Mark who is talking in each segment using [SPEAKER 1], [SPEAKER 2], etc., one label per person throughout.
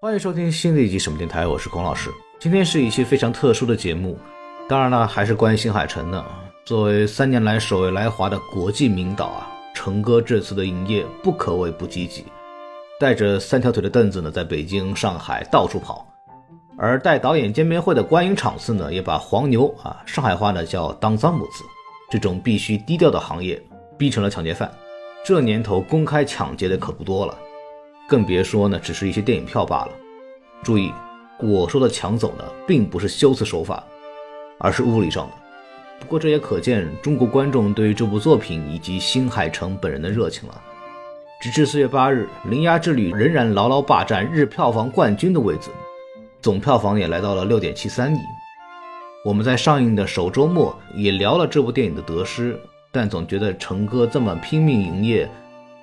[SPEAKER 1] 欢迎收听新的一集什么电台，我是孔老师。今天是一期非常特殊的节目，当然了，还是关于新海诚的。作为三年来首位来华的国际名导啊，诚哥这次的营业不可谓不积极，带着三条腿的凳子呢，在北京、上海到处跑。而带导演见面会的观影场次呢，也把黄牛啊，上海话呢叫当脏母子，这种必须低调的行业逼成了抢劫犯。这年头公开抢劫的可不多了，更别说呢，只是一些电影票罢了。注意，我说的抢走呢，并不是修辞手法，而是物理上的。不过这也可见中国观众对于这部作品以及新海诚本人的热情了。直至四月八日，《铃芽之旅》仍然牢牢霸占日票房冠军的位子，总票房也来到了六点七三亿。我们在上映的首周末也聊了这部电影的得失，但总觉得成哥这么拼命营业，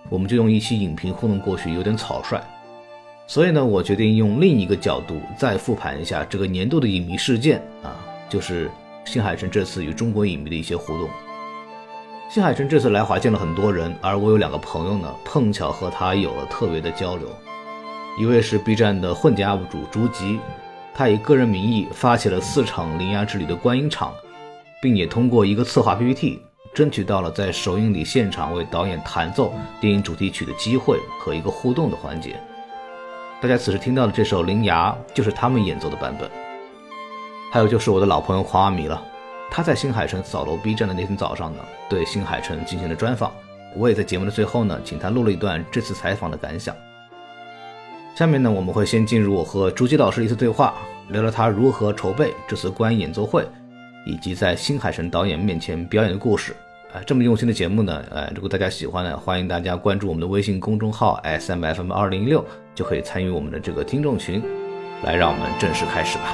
[SPEAKER 1] 我们就用一期影评糊弄过去有点草率。所以呢，我决定用另一个角度再复盘一下这个年度的影迷事件啊，就是新海诚这次与中国影迷的一些互动。新海诚这次来华见了很多人，而我有两个朋友呢，碰巧和他有了特别的交流。一位是 B 站的混剪 UP 主朱吉，他以个人名义发起了四场《铃芽之旅》的观影场，并也通过一个策划 PPT，争取到了在首映礼现场为导演弹奏电影主题曲的机会和一个互动的环节。大家此时听到的这首《铃芽》就是他们演奏的版本。还有就是我的老朋友黄阿米了，他在新海诚扫楼 B 站的那天早上呢，对新海诚进行了专访。我也在节目的最后呢，请他录了一段这次采访的感想。下面呢，我们会先进入我和朱基老师的一次对话，聊聊他如何筹备这次观影演奏会，以及在新海诚导演面前表演的故事。啊，这么用心的节目呢，呃，如果大家喜欢呢，欢迎大家关注我们的微信公众号 S M F M 二零一六，就可以参与我们的这个听众群。来，让我们正式开始吧。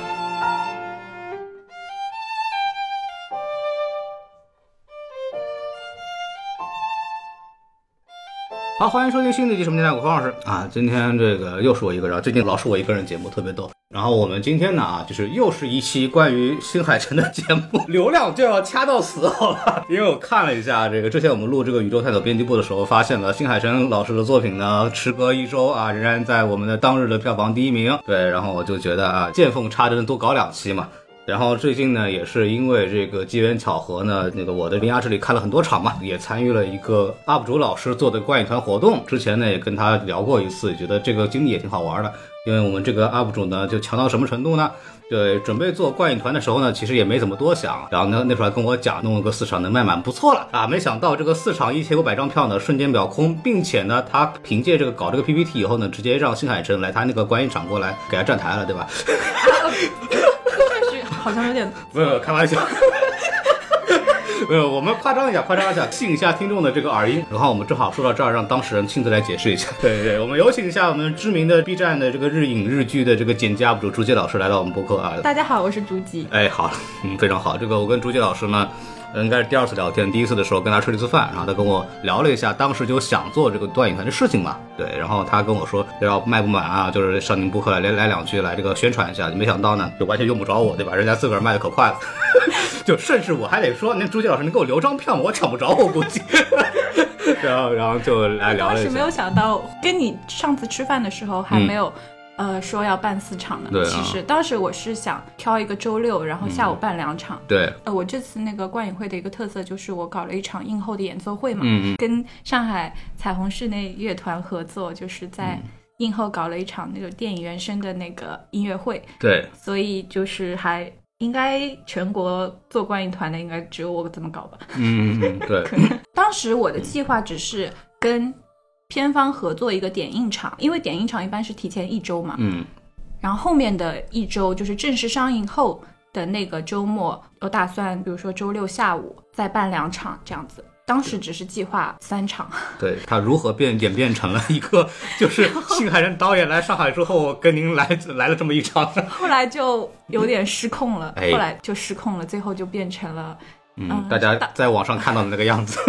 [SPEAKER 1] 好，欢迎收听新的一期《什么电台》，我黄老师啊。今天这个又是我一个人，最近老是我一个人节目，特别逗。然后我们今天呢啊，就是又是一期关于新海诚的节目， 流量就要掐到死好吧？因为我看了一下这个，之前我们录这个宇宙探索编辑部的时候，发现了新海诚老师的作品呢，时隔一周啊，仍然在我们的当日的票房第一名。对，然后我就觉得啊，见缝插针多搞两期嘛。然后最近呢，也是因为这个机缘巧合呢，那个我的铃芽这里看了很多场嘛，也参与了一个 UP 主老师做的观影团活动。之前呢也跟他聊过一次，觉得这个经历也挺好玩的。因为我们这个 UP 主呢，就强到什么程度呢？对，准备做观影团的时候呢，其实也没怎么多想。然后呢，那时候还跟我讲，弄了个四场能卖满，不错了啊。没想到这个四场一千五百张票呢，瞬间秒空，并且呢，他凭借这个搞这个 PPT 以后呢，直接让新海诚来他那个观影场过来给他站台了，对吧？
[SPEAKER 2] 但是好像有点
[SPEAKER 1] 没有没有，开玩笑。没有，我们夸张一下，夸张一下，信一下听众的这个耳音。然后我们正好说到这儿，让当事人亲自来解释一下。对对对，我们有请一下我们知名的 B 站的这个日影日剧的这个剪辑 UP 主朱杰老师来到我们播客啊。
[SPEAKER 2] 大家好，我是朱吉。
[SPEAKER 1] 哎，好，嗯，非常好。这个我跟朱杰老师呢，呃应该是第二次聊天。第一次的时候跟他吃了一次饭，然后他跟我聊了一下，当时就想做这个段影团的事情嘛。对，然后他跟我说要卖不满啊，就是上您播客来来来两句，来这个宣传一下。没想到呢，就完全用不着我，对吧？人家自个儿卖的可快了， 就甚至我还得说，那朱杰老师，你给我留张票吗？我抢不着，我估计。 然后，然后就来聊
[SPEAKER 2] 当
[SPEAKER 1] 了一
[SPEAKER 2] 时
[SPEAKER 1] 下嗯
[SPEAKER 2] 没。有想到，跟你上次吃饭的时候还没有，呃，说要办四场呢。
[SPEAKER 1] 对啊
[SPEAKER 2] 其实当时我是想挑一个周六，然后下午办两场。
[SPEAKER 1] 对，
[SPEAKER 2] 呃，我这次那个观影会的一个特色就是我搞了一场映后的演奏会嘛，
[SPEAKER 1] 嗯
[SPEAKER 2] 跟上海彩虹室内乐团合作，就是在
[SPEAKER 1] 嗯
[SPEAKER 2] 映后搞了一场那个电影原声的那个音乐会。
[SPEAKER 1] 对，
[SPEAKER 2] 所以就是还应该全国做观影团的应该只有我这么搞吧。
[SPEAKER 1] 嗯嗯嗯，对，
[SPEAKER 2] 当时我的计划只是跟片方合作一个点映场，因为点映场一般是提前一周嘛，
[SPEAKER 1] 嗯
[SPEAKER 2] 然后后面的一周就是正式上映后的那个周末，我打算比如说周六下午再办两场这样子。当时只是计划三场，
[SPEAKER 1] 对他如何变演变成了一个，就是新海诚导演来上海之后，跟您来来了这么一场。
[SPEAKER 2] 后来就有点失控了，
[SPEAKER 1] 哎
[SPEAKER 2] 后来就失控了，最后就变成了，呃
[SPEAKER 1] 嗯，大家在网上看到的那个样子。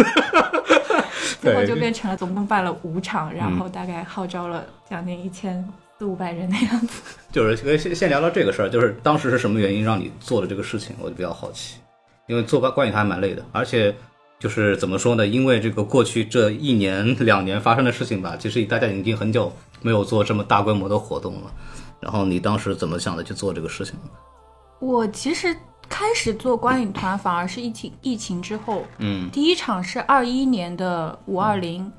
[SPEAKER 2] 最后
[SPEAKER 1] 对嗯
[SPEAKER 2] 就变成了总共办了五场，然后大概号召了将近一千四五百人的样子。
[SPEAKER 1] 就是先先先聊聊这个事儿，就是当时是什么原因让你做了这个事情，我就比较好奇，因为做观观影还蛮累的，而且就是怎么说呢，因为这个过去这一年两年发生的事情吧，其实大家已经很久没有做这么大规模的活动了。然后你当时怎么想的去做这个事情？
[SPEAKER 2] 我其实开始做观影团，反而是疫情疫情之后，
[SPEAKER 1] 嗯
[SPEAKER 2] 第一场是二一年的五二零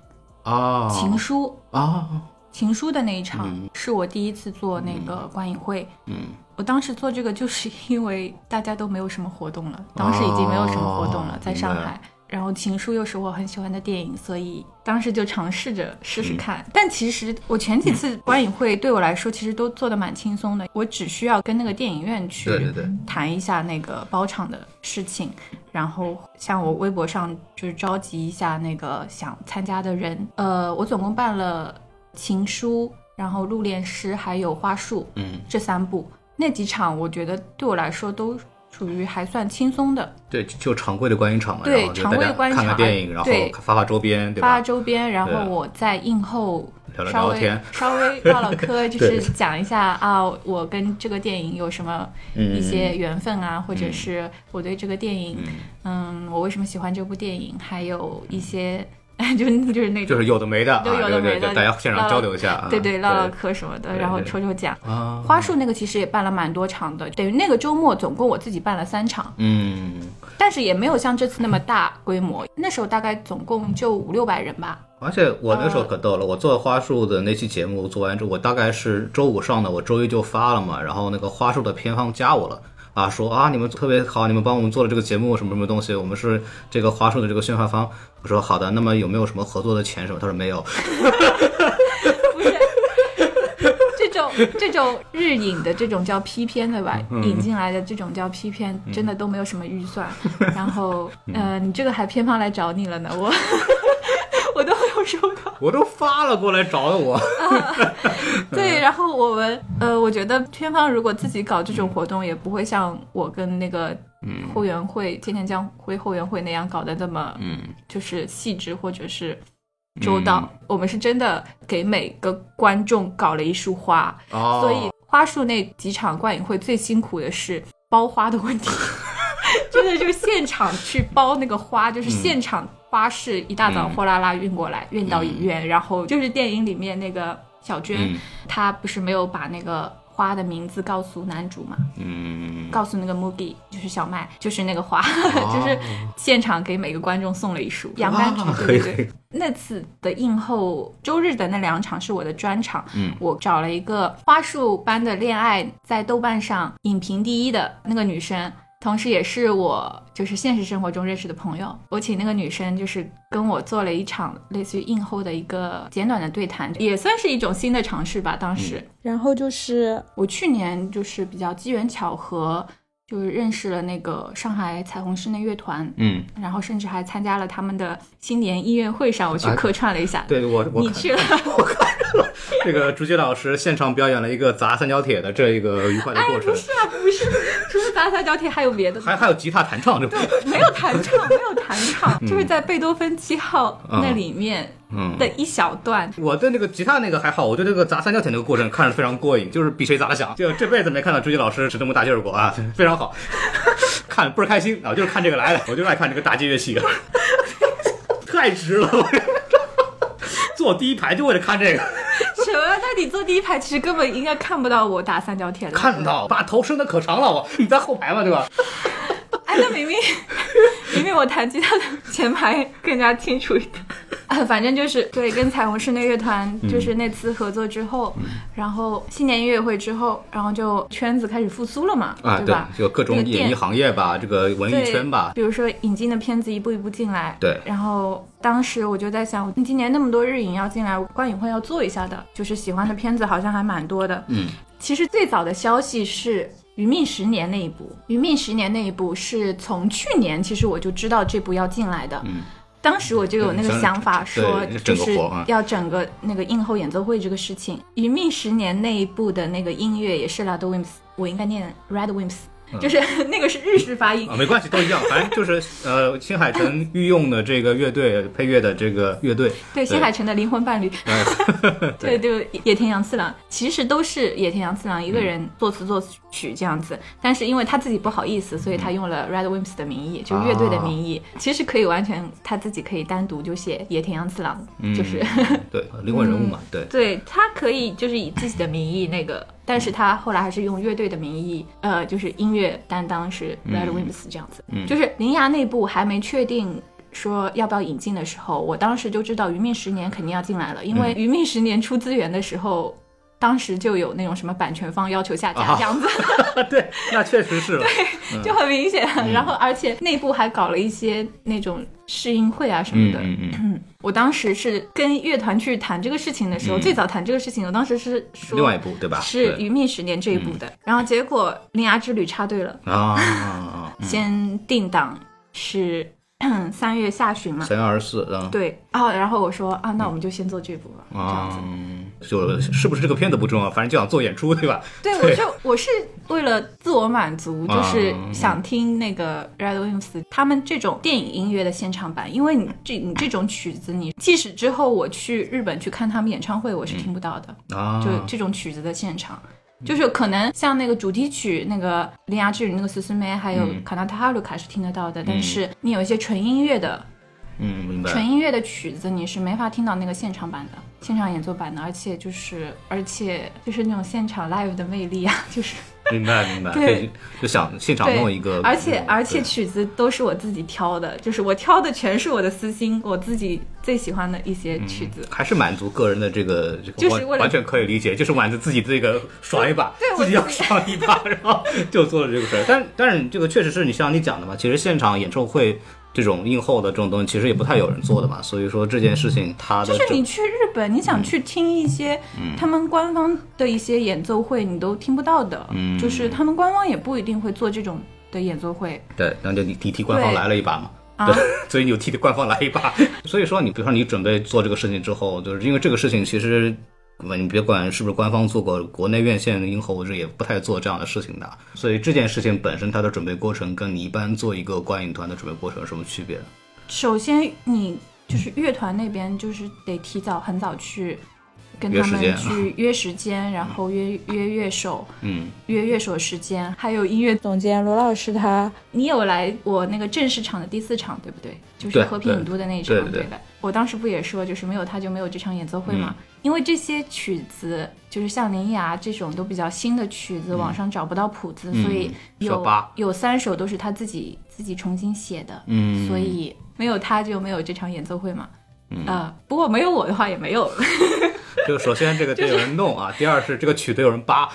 [SPEAKER 1] 啊
[SPEAKER 2] 情书，
[SPEAKER 1] 啊，
[SPEAKER 2] 情书的那一场、是我第一次做那个观影会。
[SPEAKER 1] 嗯
[SPEAKER 2] 我当时做这个就是 因为大家都没有什么活动了，当时已经没有什么活动了，
[SPEAKER 1] 哦
[SPEAKER 2] 在上
[SPEAKER 1] 明白
[SPEAKER 2] 海。然后《情书》又是我很喜欢的电影，所以当时就尝试着试
[SPEAKER 1] 嗯
[SPEAKER 2] 试看。但其实我前几次观影会对我来说，其实都做的蛮轻松的，我只需要跟那个电影院去
[SPEAKER 1] 对对对
[SPEAKER 2] 谈一下那个包场的事情，然后像我微博上就是召集一下那个想参加的人。呃，我总共办了《情书》，然后《入殓师》还有《花束》，
[SPEAKER 1] 嗯，
[SPEAKER 2] 这三部那几场，我觉得对我来说都属于还算轻松的，
[SPEAKER 1] 对，就就常规的观影场嘛，
[SPEAKER 2] 对
[SPEAKER 1] 然后就
[SPEAKER 2] 常规
[SPEAKER 1] 大家
[SPEAKER 2] 观影
[SPEAKER 1] 看看
[SPEAKER 2] 场
[SPEAKER 1] 电影，然后
[SPEAKER 2] 对
[SPEAKER 1] 发发周边，对
[SPEAKER 2] 发
[SPEAKER 1] 吧？
[SPEAKER 2] 周边，然后我在映后
[SPEAKER 1] 聊聊
[SPEAKER 2] 稍
[SPEAKER 1] 聊
[SPEAKER 2] 微
[SPEAKER 1] 天
[SPEAKER 2] 稍微唠唠 嗑，就
[SPEAKER 1] 对
[SPEAKER 2] 是讲一下啊，我跟这个电影有什么一些缘分
[SPEAKER 1] 嗯
[SPEAKER 2] 啊，或者是我对这个电影，嗯我为什么喜欢这部电影，还有一些 就就是那
[SPEAKER 1] 就
[SPEAKER 2] 种
[SPEAKER 1] 是有的没的，啊，
[SPEAKER 2] 就有
[SPEAKER 1] 对
[SPEAKER 2] 的
[SPEAKER 1] 对
[SPEAKER 2] 没
[SPEAKER 1] 对，
[SPEAKER 2] 的
[SPEAKER 1] 大家现场
[SPEAKER 2] 唠
[SPEAKER 1] 交流一下，啊
[SPEAKER 2] 对对唠唠嗑什么的，
[SPEAKER 1] 对
[SPEAKER 2] 然后
[SPEAKER 1] 对
[SPEAKER 2] 抽抽奖。
[SPEAKER 1] 啊，
[SPEAKER 2] 花束那个其实也办了蛮多场的，等于那个周末总共我自己办了三场，
[SPEAKER 1] 嗯
[SPEAKER 2] 但是也没有像这次那么大规模。那时候大概总共就五六百人吧。
[SPEAKER 1] 而且我那时候可逗了，我做花束的那期节目做完之后，我大概是周五上的，我周一就发了嘛。然后那个花束的片方加我了啊，说啊你们特别好，你们帮我们做了这个节目什么什么东西，我们是这个花束的这个宣发方。我说好的，那么有没有什么合作的钱什么？他说没有。
[SPEAKER 2] 不是 这种这种日影的这种叫 P 片对吧？引进来的这种叫 P 片，真的都没有什么预算。然后，呃，你这个还偏方来找你了呢，我我都没有收到。
[SPEAKER 1] 我都发了过来找我，
[SPEAKER 2] 对，然后我们呃，我觉得片方如果自己搞这种活动，也不会像我跟那个后援会《天天将辉后援会》那样搞得那么
[SPEAKER 1] 嗯，
[SPEAKER 2] 就是细致或者是周到。我们是真的给每个观众搞了一束花，
[SPEAKER 1] 哦，
[SPEAKER 2] 所以花束那几场观影会最辛苦的是包花的问题， 真的就是现场去包那个花，
[SPEAKER 1] 嗯
[SPEAKER 2] 就是现场花是一大早货拉拉运过来，运到影院，然后就是电影里面那个小娟，
[SPEAKER 1] 嗯
[SPEAKER 2] 她不是没有把那个。花的名字告诉男主嘛，
[SPEAKER 1] 嗯，
[SPEAKER 2] 告诉那个 Mugi，就是小麦，就是那 个花，就是现场给每个观众送了一束洋甘
[SPEAKER 1] 哇
[SPEAKER 2] 菊，
[SPEAKER 1] 哦啊可
[SPEAKER 2] 对
[SPEAKER 1] 以
[SPEAKER 2] 对
[SPEAKER 1] 可
[SPEAKER 2] 对
[SPEAKER 1] 以。，
[SPEAKER 2] 那次的映后周日的那两场是我的专场，
[SPEAKER 1] 嗯
[SPEAKER 2] 我找了一个花束般的恋爱在豆瓣上影评第一的那个女生，同时也是我就是现实生活中认识的朋友。我请那个女生就是跟我做了一场类似于映后的一个简短的对谈，也算是一种新的尝试吧。当
[SPEAKER 1] 嗯
[SPEAKER 2] 时、
[SPEAKER 3] 然后就是
[SPEAKER 2] 我去年就是比较机缘巧合，就是认识了那个上海彩虹室内乐团。
[SPEAKER 1] 嗯，
[SPEAKER 2] 然后甚至还参加了他们的新年音乐会上，我去
[SPEAKER 1] 啊
[SPEAKER 2] 客串了一下。
[SPEAKER 1] 对我 我
[SPEAKER 2] 你
[SPEAKER 1] 看
[SPEAKER 2] 去了，
[SPEAKER 1] 这个朱杰老师现场表演了一个砸三角铁的这一个愉快的过程，
[SPEAKER 2] 不是啊，不是，除了砸三角铁还有别的吗？
[SPEAKER 1] 还还有吉他弹唱这不，
[SPEAKER 2] 没有弹唱，没有弹唱，就是在贝多芬七号那里面
[SPEAKER 1] 嗯
[SPEAKER 2] 的一小段。
[SPEAKER 1] 我对那个吉他那个还好，我对这个砸三角铁那个过程看着非常过瘾，就是比谁砸的响。就这辈子没看到朱杰老师使这么大劲儿过啊，非常好， 看倍儿开心啊，就是看这个来的，我就爱看这个打击乐器， 太值了。我坐第一排就为了看这个，
[SPEAKER 2] 什么？那你坐第一排，其实根本应该看不到我打三角铁的。
[SPEAKER 1] 看到把头伸的可长了，我你在后排嘛，对吧？
[SPEAKER 2] 哎，那明明 明明我弹吉他的前排更加清楚一点。啊， 反正就是对，跟彩虹室内乐团
[SPEAKER 1] 嗯
[SPEAKER 2] 就是那次合作之后，然后新年音乐会之后，然后就圈子开始复苏了嘛，
[SPEAKER 1] 啊，
[SPEAKER 2] 对吧？
[SPEAKER 1] 就各
[SPEAKER 2] 那
[SPEAKER 1] 种
[SPEAKER 2] 个
[SPEAKER 1] 演
[SPEAKER 2] 店
[SPEAKER 1] 艺行业吧，这个文艺
[SPEAKER 2] 对，
[SPEAKER 1] 圈吧，
[SPEAKER 2] 比如说引进的片子一步一步进来，
[SPEAKER 1] 对
[SPEAKER 2] 然后当时我就在想，今年那么多日影要进来，观影会要做一下的，就是喜欢的片子好像还蛮多的。
[SPEAKER 1] 嗯，
[SPEAKER 2] 其实最早的消息是。《余命十年》那一部，《余命十年》那一部是从去年其实我就知道这部要进来的，嗯，当时我就有那个
[SPEAKER 1] 嗯
[SPEAKER 2] 想法，
[SPEAKER 1] 整
[SPEAKER 2] 说
[SPEAKER 1] 对
[SPEAKER 2] 就
[SPEAKER 1] 整个
[SPEAKER 2] 是
[SPEAKER 1] 活啊
[SPEAKER 2] 要整个那个映后演奏会这个事情，《余命十年》那一部的那个音乐也是 Red Wimps，我应该念 Red Wimps，、就是
[SPEAKER 1] 嗯
[SPEAKER 2] 那个是日式发音
[SPEAKER 1] 啊，，没关系，都一样，反正就是呃，新海诚御用的这个乐队配乐的这个乐队，
[SPEAKER 2] 对新海诚的灵魂伴侣，
[SPEAKER 1] 对
[SPEAKER 2] 对 对野田洋次郎，其实都是野田洋次郎一个人作词作曲这样子，但是因为他自己不好意思，所以他用了 Red Wimps 的名义，就乐队的名义，其实可以完全他自己可以单独就写野田洋次郎，就是嗯
[SPEAKER 1] 对灵魂人物嘛，对，
[SPEAKER 2] 对他可以就是以自己的名义那个但是他后来还是用乐队的名义，呃，就是音乐担当是
[SPEAKER 1] 嗯
[SPEAKER 2] Red Wimps 这样子。就是铃芽内部还没确定说要不要引进的时候，我当时就知道《余命十年》肯定要进来了，因为
[SPEAKER 1] 嗯
[SPEAKER 2] 《余命十年》出资源的时候。当时就有那种什么版权方要求下架
[SPEAKER 1] 啊嗯
[SPEAKER 2] 这样子，
[SPEAKER 1] 对，那确实是了。
[SPEAKER 2] 就很明显。然后，而且内部还搞了一些那种试映会啊什么的。
[SPEAKER 1] 嗯嗯，
[SPEAKER 2] 我当时是跟乐团去谈这个事情的时候，最早谈这个事情，我当时是说
[SPEAKER 1] 嗯另外一部对吧？
[SPEAKER 2] 是《
[SPEAKER 1] 对
[SPEAKER 2] 余命十年》这一部的。然后结果《铃芽之旅》插队了，
[SPEAKER 1] 啊啊，
[SPEAKER 2] 先定档是 三月下旬嘛。
[SPEAKER 1] 三月二十四，嗯
[SPEAKER 2] 对啊，然后我说啊，那我们就先做这部吧，这样子
[SPEAKER 1] 啊。，就是不是这个片子不重要，反正就想做演出对吧？
[SPEAKER 2] 对，我就我是为了自我满足，
[SPEAKER 1] 啊
[SPEAKER 2] 就是想听那个 Red Wimps 他们这种电影音乐的现场版，因为你这你这种曲子，你即使之后我去日本去看他们演唱会，我是听不到的，
[SPEAKER 1] 啊，
[SPEAKER 2] 就这种曲子的现场。就是可能像那个主题曲，那个《铃芽之旅》那个《苏苏梅》，还有《
[SPEAKER 1] 嗯
[SPEAKER 2] 卡纳塔哈鲁卡》是听得到的，但是你有一些纯音乐的、
[SPEAKER 1] 嗯，明
[SPEAKER 2] 纯
[SPEAKER 1] 白。
[SPEAKER 2] 音乐的曲子，你是没法听到那个现场版的、现场演奏版的，而且就是而且就是那种现场 live 的魅力啊，就是
[SPEAKER 1] 明白明白，
[SPEAKER 2] 对
[SPEAKER 1] 可以就想现场
[SPEAKER 2] 对，
[SPEAKER 1] 弄一个，
[SPEAKER 2] 而且
[SPEAKER 1] 嗯
[SPEAKER 2] 而且
[SPEAKER 1] 对
[SPEAKER 2] 曲子都是我自己挑的，就是我挑的全是我的私心，我自己最喜欢的一些曲子。
[SPEAKER 1] 还是满足个人的这个，
[SPEAKER 2] 就是
[SPEAKER 1] 完
[SPEAKER 2] 为了
[SPEAKER 1] 完全可以理解，就是满足自己这个爽一把，
[SPEAKER 2] 对我
[SPEAKER 1] 自己要
[SPEAKER 2] 自己
[SPEAKER 1] 爽一 把，然后就做了这个事儿。但但是这个确实是你像你讲的嘛，其实现场演唱会这种映后的这种东西，其实也不太有人做的嘛。所以说呃这嗯件事情它的
[SPEAKER 2] 就是
[SPEAKER 1] 整
[SPEAKER 2] 你去日本，你想去听一些他们官方的一些演奏会，你都听不到的。
[SPEAKER 1] 嗯
[SPEAKER 2] 就是他们官方也不一定会做这种的演奏会
[SPEAKER 1] 对，那就你你替官方
[SPEAKER 2] 对
[SPEAKER 1] 来了一把嘛。
[SPEAKER 2] 啊。
[SPEAKER 1] 对， 所以你就替官方来一把。 所以说，你比如说你准备做这个事情之后，就是因为这个事情其实。呃你别管是不是官方做过，国内院线映后这也不太做这样的事情的，所以这件事情本身它的准备过程跟你一般做一个观影团的准备过程有什么区别？
[SPEAKER 2] 首先，你就是乐团那边就是得提早很早去跟
[SPEAKER 1] 约
[SPEAKER 2] 他
[SPEAKER 1] 时间
[SPEAKER 2] 们去约时间，然后约约乐手，
[SPEAKER 1] 嗯，
[SPEAKER 2] 约乐手时间，还有音乐总监罗老师他，你有来我那个正式场的第四场对不对？就是
[SPEAKER 1] 对
[SPEAKER 2] 和平影都的那一场
[SPEAKER 1] 对对对
[SPEAKER 2] 的。我当时不也说，就是没有他就没有这场演奏会
[SPEAKER 1] 嗯
[SPEAKER 2] 嘛。因为这些曲子，就是像《铃芽》这种都比较新的曲子，网上找不到谱子，所以
[SPEAKER 1] 小
[SPEAKER 2] 有
[SPEAKER 1] 嗯八
[SPEAKER 2] 有三首都是他自己自己重新写的，
[SPEAKER 1] 嗯
[SPEAKER 2] 所以没有他就没有这场演奏会嘛。嗯、呃，不过没有我的话也没有，
[SPEAKER 1] 这个首先这个得有人弄啊，第二是这个曲得有人扒，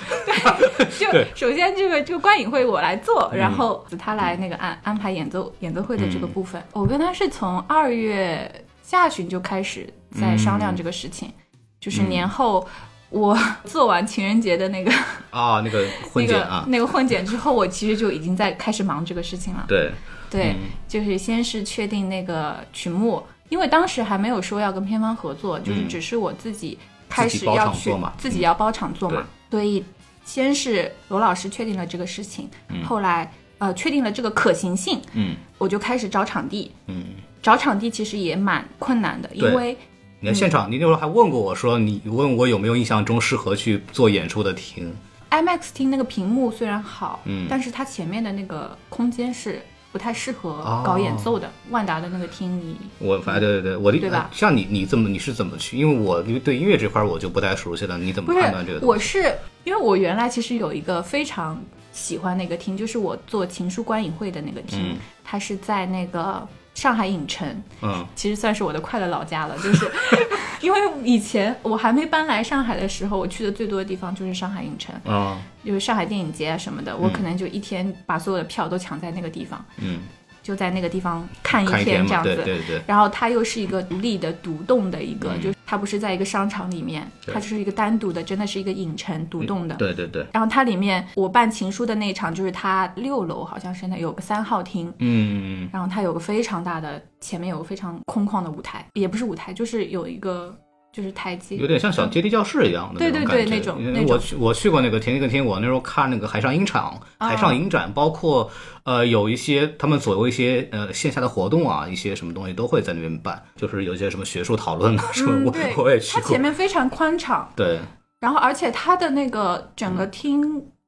[SPEAKER 2] 就
[SPEAKER 1] 对嗯
[SPEAKER 2] 首先这个这个观影会我来做，然后他来那个安安排演奏演奏会的这个部分，我跟他是从二月下旬就开始在商量这个事
[SPEAKER 1] 嗯
[SPEAKER 2] 情，就是年后。我做完情人节的那个、
[SPEAKER 1] 啊，那个
[SPEAKER 2] 那
[SPEAKER 1] 婚检
[SPEAKER 2] 个、
[SPEAKER 1] 啊，
[SPEAKER 2] 那个混剪之后，我其实就已经在开始忙这个事情了。
[SPEAKER 1] 对，
[SPEAKER 2] 对，
[SPEAKER 1] 嗯
[SPEAKER 2] 就是先是确定那个曲目，因为当时还没有说要跟片方合作，就是只是我自己开
[SPEAKER 1] 嗯自己
[SPEAKER 2] 始
[SPEAKER 1] 包
[SPEAKER 2] 要
[SPEAKER 1] 场
[SPEAKER 2] 去
[SPEAKER 1] 做嘛嗯
[SPEAKER 2] 自己要包场做嘛，所以先是罗老师确定了这个事情，后来呃确定了这个可行性，
[SPEAKER 1] 嗯
[SPEAKER 2] 我就开始找场地，
[SPEAKER 1] 嗯，
[SPEAKER 2] 找场地其实也蛮困难的，
[SPEAKER 1] 对
[SPEAKER 2] 因为
[SPEAKER 1] 你看现
[SPEAKER 2] 嗯
[SPEAKER 1] 场，你那时候还问过我说，你问我有没有印象中适合去做演出的厅，
[SPEAKER 2] IMAX 厅那个屏幕虽然好，
[SPEAKER 1] 嗯
[SPEAKER 2] 但是它前面的那个空间是不太适
[SPEAKER 1] 哦
[SPEAKER 2] 合搞演奏的，万达的那个厅你
[SPEAKER 1] 我反正对对对，我的哎
[SPEAKER 2] 对吧
[SPEAKER 1] 像你你怎么你是怎么去？因为我对音乐这块我就不太熟悉了，你怎么
[SPEAKER 2] 不是
[SPEAKER 1] 判断这个，东西？
[SPEAKER 2] 我是因为我原来其实有一个非常喜欢那个厅，就是我做情书观影会的那个厅，它是在那个上海影城，
[SPEAKER 1] 嗯
[SPEAKER 2] 其实算是我的快乐老家了。就是 因为以前我还没搬来上海的时候，我去的最多的地方就是上海影城，
[SPEAKER 1] 嗯
[SPEAKER 2] 就是上海电影节啊什么的，我可能就一天把所有的票都抢在那个地方，
[SPEAKER 1] 嗯，
[SPEAKER 2] 就在那个地方看一
[SPEAKER 1] 看一
[SPEAKER 2] 天
[SPEAKER 1] 天
[SPEAKER 2] 这
[SPEAKER 1] 嘛，
[SPEAKER 2] 样
[SPEAKER 1] 对
[SPEAKER 2] 子。
[SPEAKER 1] 对对，
[SPEAKER 2] 然后它又是一个独立的、独栋的一个，就是它不是在一个商场里面，
[SPEAKER 1] 嗯对嗯
[SPEAKER 2] 它就是一个单独的，真的是一个影城独栋的。
[SPEAKER 1] 对对对，
[SPEAKER 2] 然后它里面，我办情书的那一场，就是它六楼好像是那有个三号厅，
[SPEAKER 1] 嗯
[SPEAKER 2] 然后它有个非常大的，前面有个非常空旷的舞台，也不是舞台，就是有一个就是台阶，
[SPEAKER 1] 有点像小阶梯教室一样的
[SPEAKER 2] 对
[SPEAKER 1] 那种
[SPEAKER 2] 对
[SPEAKER 1] 感
[SPEAKER 2] 对
[SPEAKER 1] 觉
[SPEAKER 2] 那种
[SPEAKER 1] 因为
[SPEAKER 2] 那种
[SPEAKER 1] 我去我去过那个田那个厅，我那时候看那个海上影场，
[SPEAKER 2] 啊
[SPEAKER 1] 海上影展，包括呃有一些他们左右一些呃线下的活动啊，一些什么东西都会在那边办，就是有一些什么学术讨论啊什
[SPEAKER 2] 嗯，
[SPEAKER 1] 么，
[SPEAKER 2] 对，
[SPEAKER 1] 我我也去
[SPEAKER 2] 它
[SPEAKER 1] 过
[SPEAKER 2] 前，面非常宽敞，
[SPEAKER 1] 对，
[SPEAKER 2] 然后而且它的那个整
[SPEAKER 1] 嗯
[SPEAKER 2] 个厅，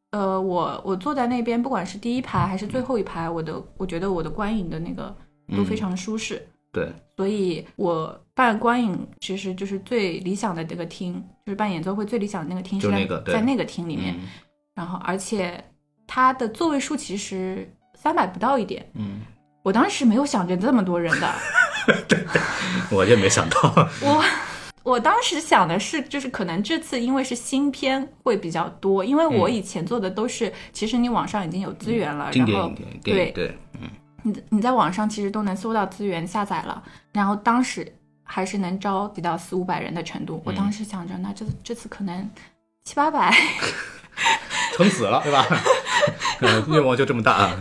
[SPEAKER 2] 呃，我我坐在那
[SPEAKER 1] 嗯
[SPEAKER 2] 边，不管是第一排还是最后一排，我的我觉得我的观影的那个都非常舒适，
[SPEAKER 1] 对，
[SPEAKER 2] 所以我办观影其实就是最理想的那个厅，就是办演奏会最理想的那个厅
[SPEAKER 1] 就是
[SPEAKER 2] 在
[SPEAKER 1] 那个对
[SPEAKER 2] 在那个厅里面，
[SPEAKER 1] 嗯
[SPEAKER 2] 然后而且它的座位数其实三百不到一点，
[SPEAKER 1] 嗯，
[SPEAKER 2] 我当时没有想着这么多人 的，
[SPEAKER 1] 嗯我也没想到，
[SPEAKER 2] 我我当时想的是，就是可能这次因为是新片会比较多，因为我以前做的都是，其实你网上已经有资源
[SPEAKER 1] 嗯
[SPEAKER 2] 了，
[SPEAKER 1] 经
[SPEAKER 2] 然
[SPEAKER 1] 典
[SPEAKER 2] 后
[SPEAKER 1] 影片，电影
[SPEAKER 2] 对
[SPEAKER 1] 对，
[SPEAKER 2] 你你在网上其实都能搜到资源下载了，然后当时还是能召集到四五百人的程
[SPEAKER 1] 嗯
[SPEAKER 2] 度。我当时想着，那这这次可能七八百，
[SPEAKER 1] 撑死了，对吧？嗯愿望就这么大啊，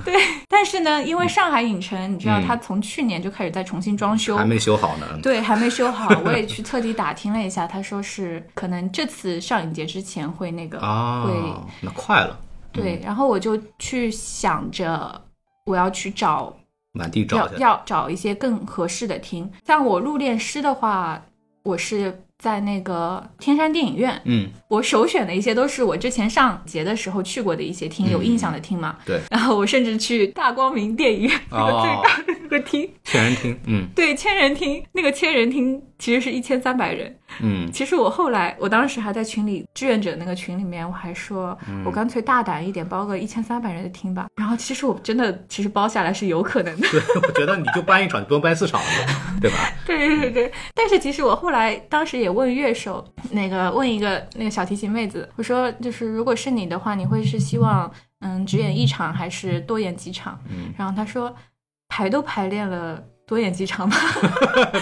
[SPEAKER 2] 但是呢，因为上海影城，你知道
[SPEAKER 1] 嗯
[SPEAKER 2] 它从去年就开始在重新装修，
[SPEAKER 1] 还没修好呢。
[SPEAKER 2] 对，还没修 好，我也去特地打听了一下，他说是可能这次上影节之前会那个、会
[SPEAKER 1] 啊，那快了，
[SPEAKER 2] 对，然后我就去想着我要去找
[SPEAKER 1] 满地找
[SPEAKER 2] 要
[SPEAKER 1] 去。
[SPEAKER 2] 要找一些更合适的厅。像我入殓师的话，我是在那个天山电影院，
[SPEAKER 1] 嗯，
[SPEAKER 2] 我首选的一些都是我之前上节的时候去过的一些厅，有印象的厅嘛。
[SPEAKER 1] 嗯对
[SPEAKER 2] 然后我甚至去大光明电影院那个
[SPEAKER 1] 哦
[SPEAKER 2] 最大的那个厅，
[SPEAKER 1] 劝人听，嗯
[SPEAKER 2] 对，千人厅那个千人厅其实是一千三百人。
[SPEAKER 1] 嗯，
[SPEAKER 2] 其实我后来，我当时还在群里志愿者那个群里面，我还说，
[SPEAKER 1] 嗯
[SPEAKER 2] 我干脆大胆一点，包个一千三百人的厅吧。然后其实我真的，其实包下来是有可能的。
[SPEAKER 1] 对，我觉得你就搬一场，你不用搬四场了，对吧？
[SPEAKER 2] 对对对对。但是其实我后来当时也问乐手，那个问一个那个小提琴妹子，我说就是如果是你的话，你会是希望嗯只演一场还是多演几场？
[SPEAKER 1] 嗯
[SPEAKER 2] 然后她说排都排练了。多演几场吧，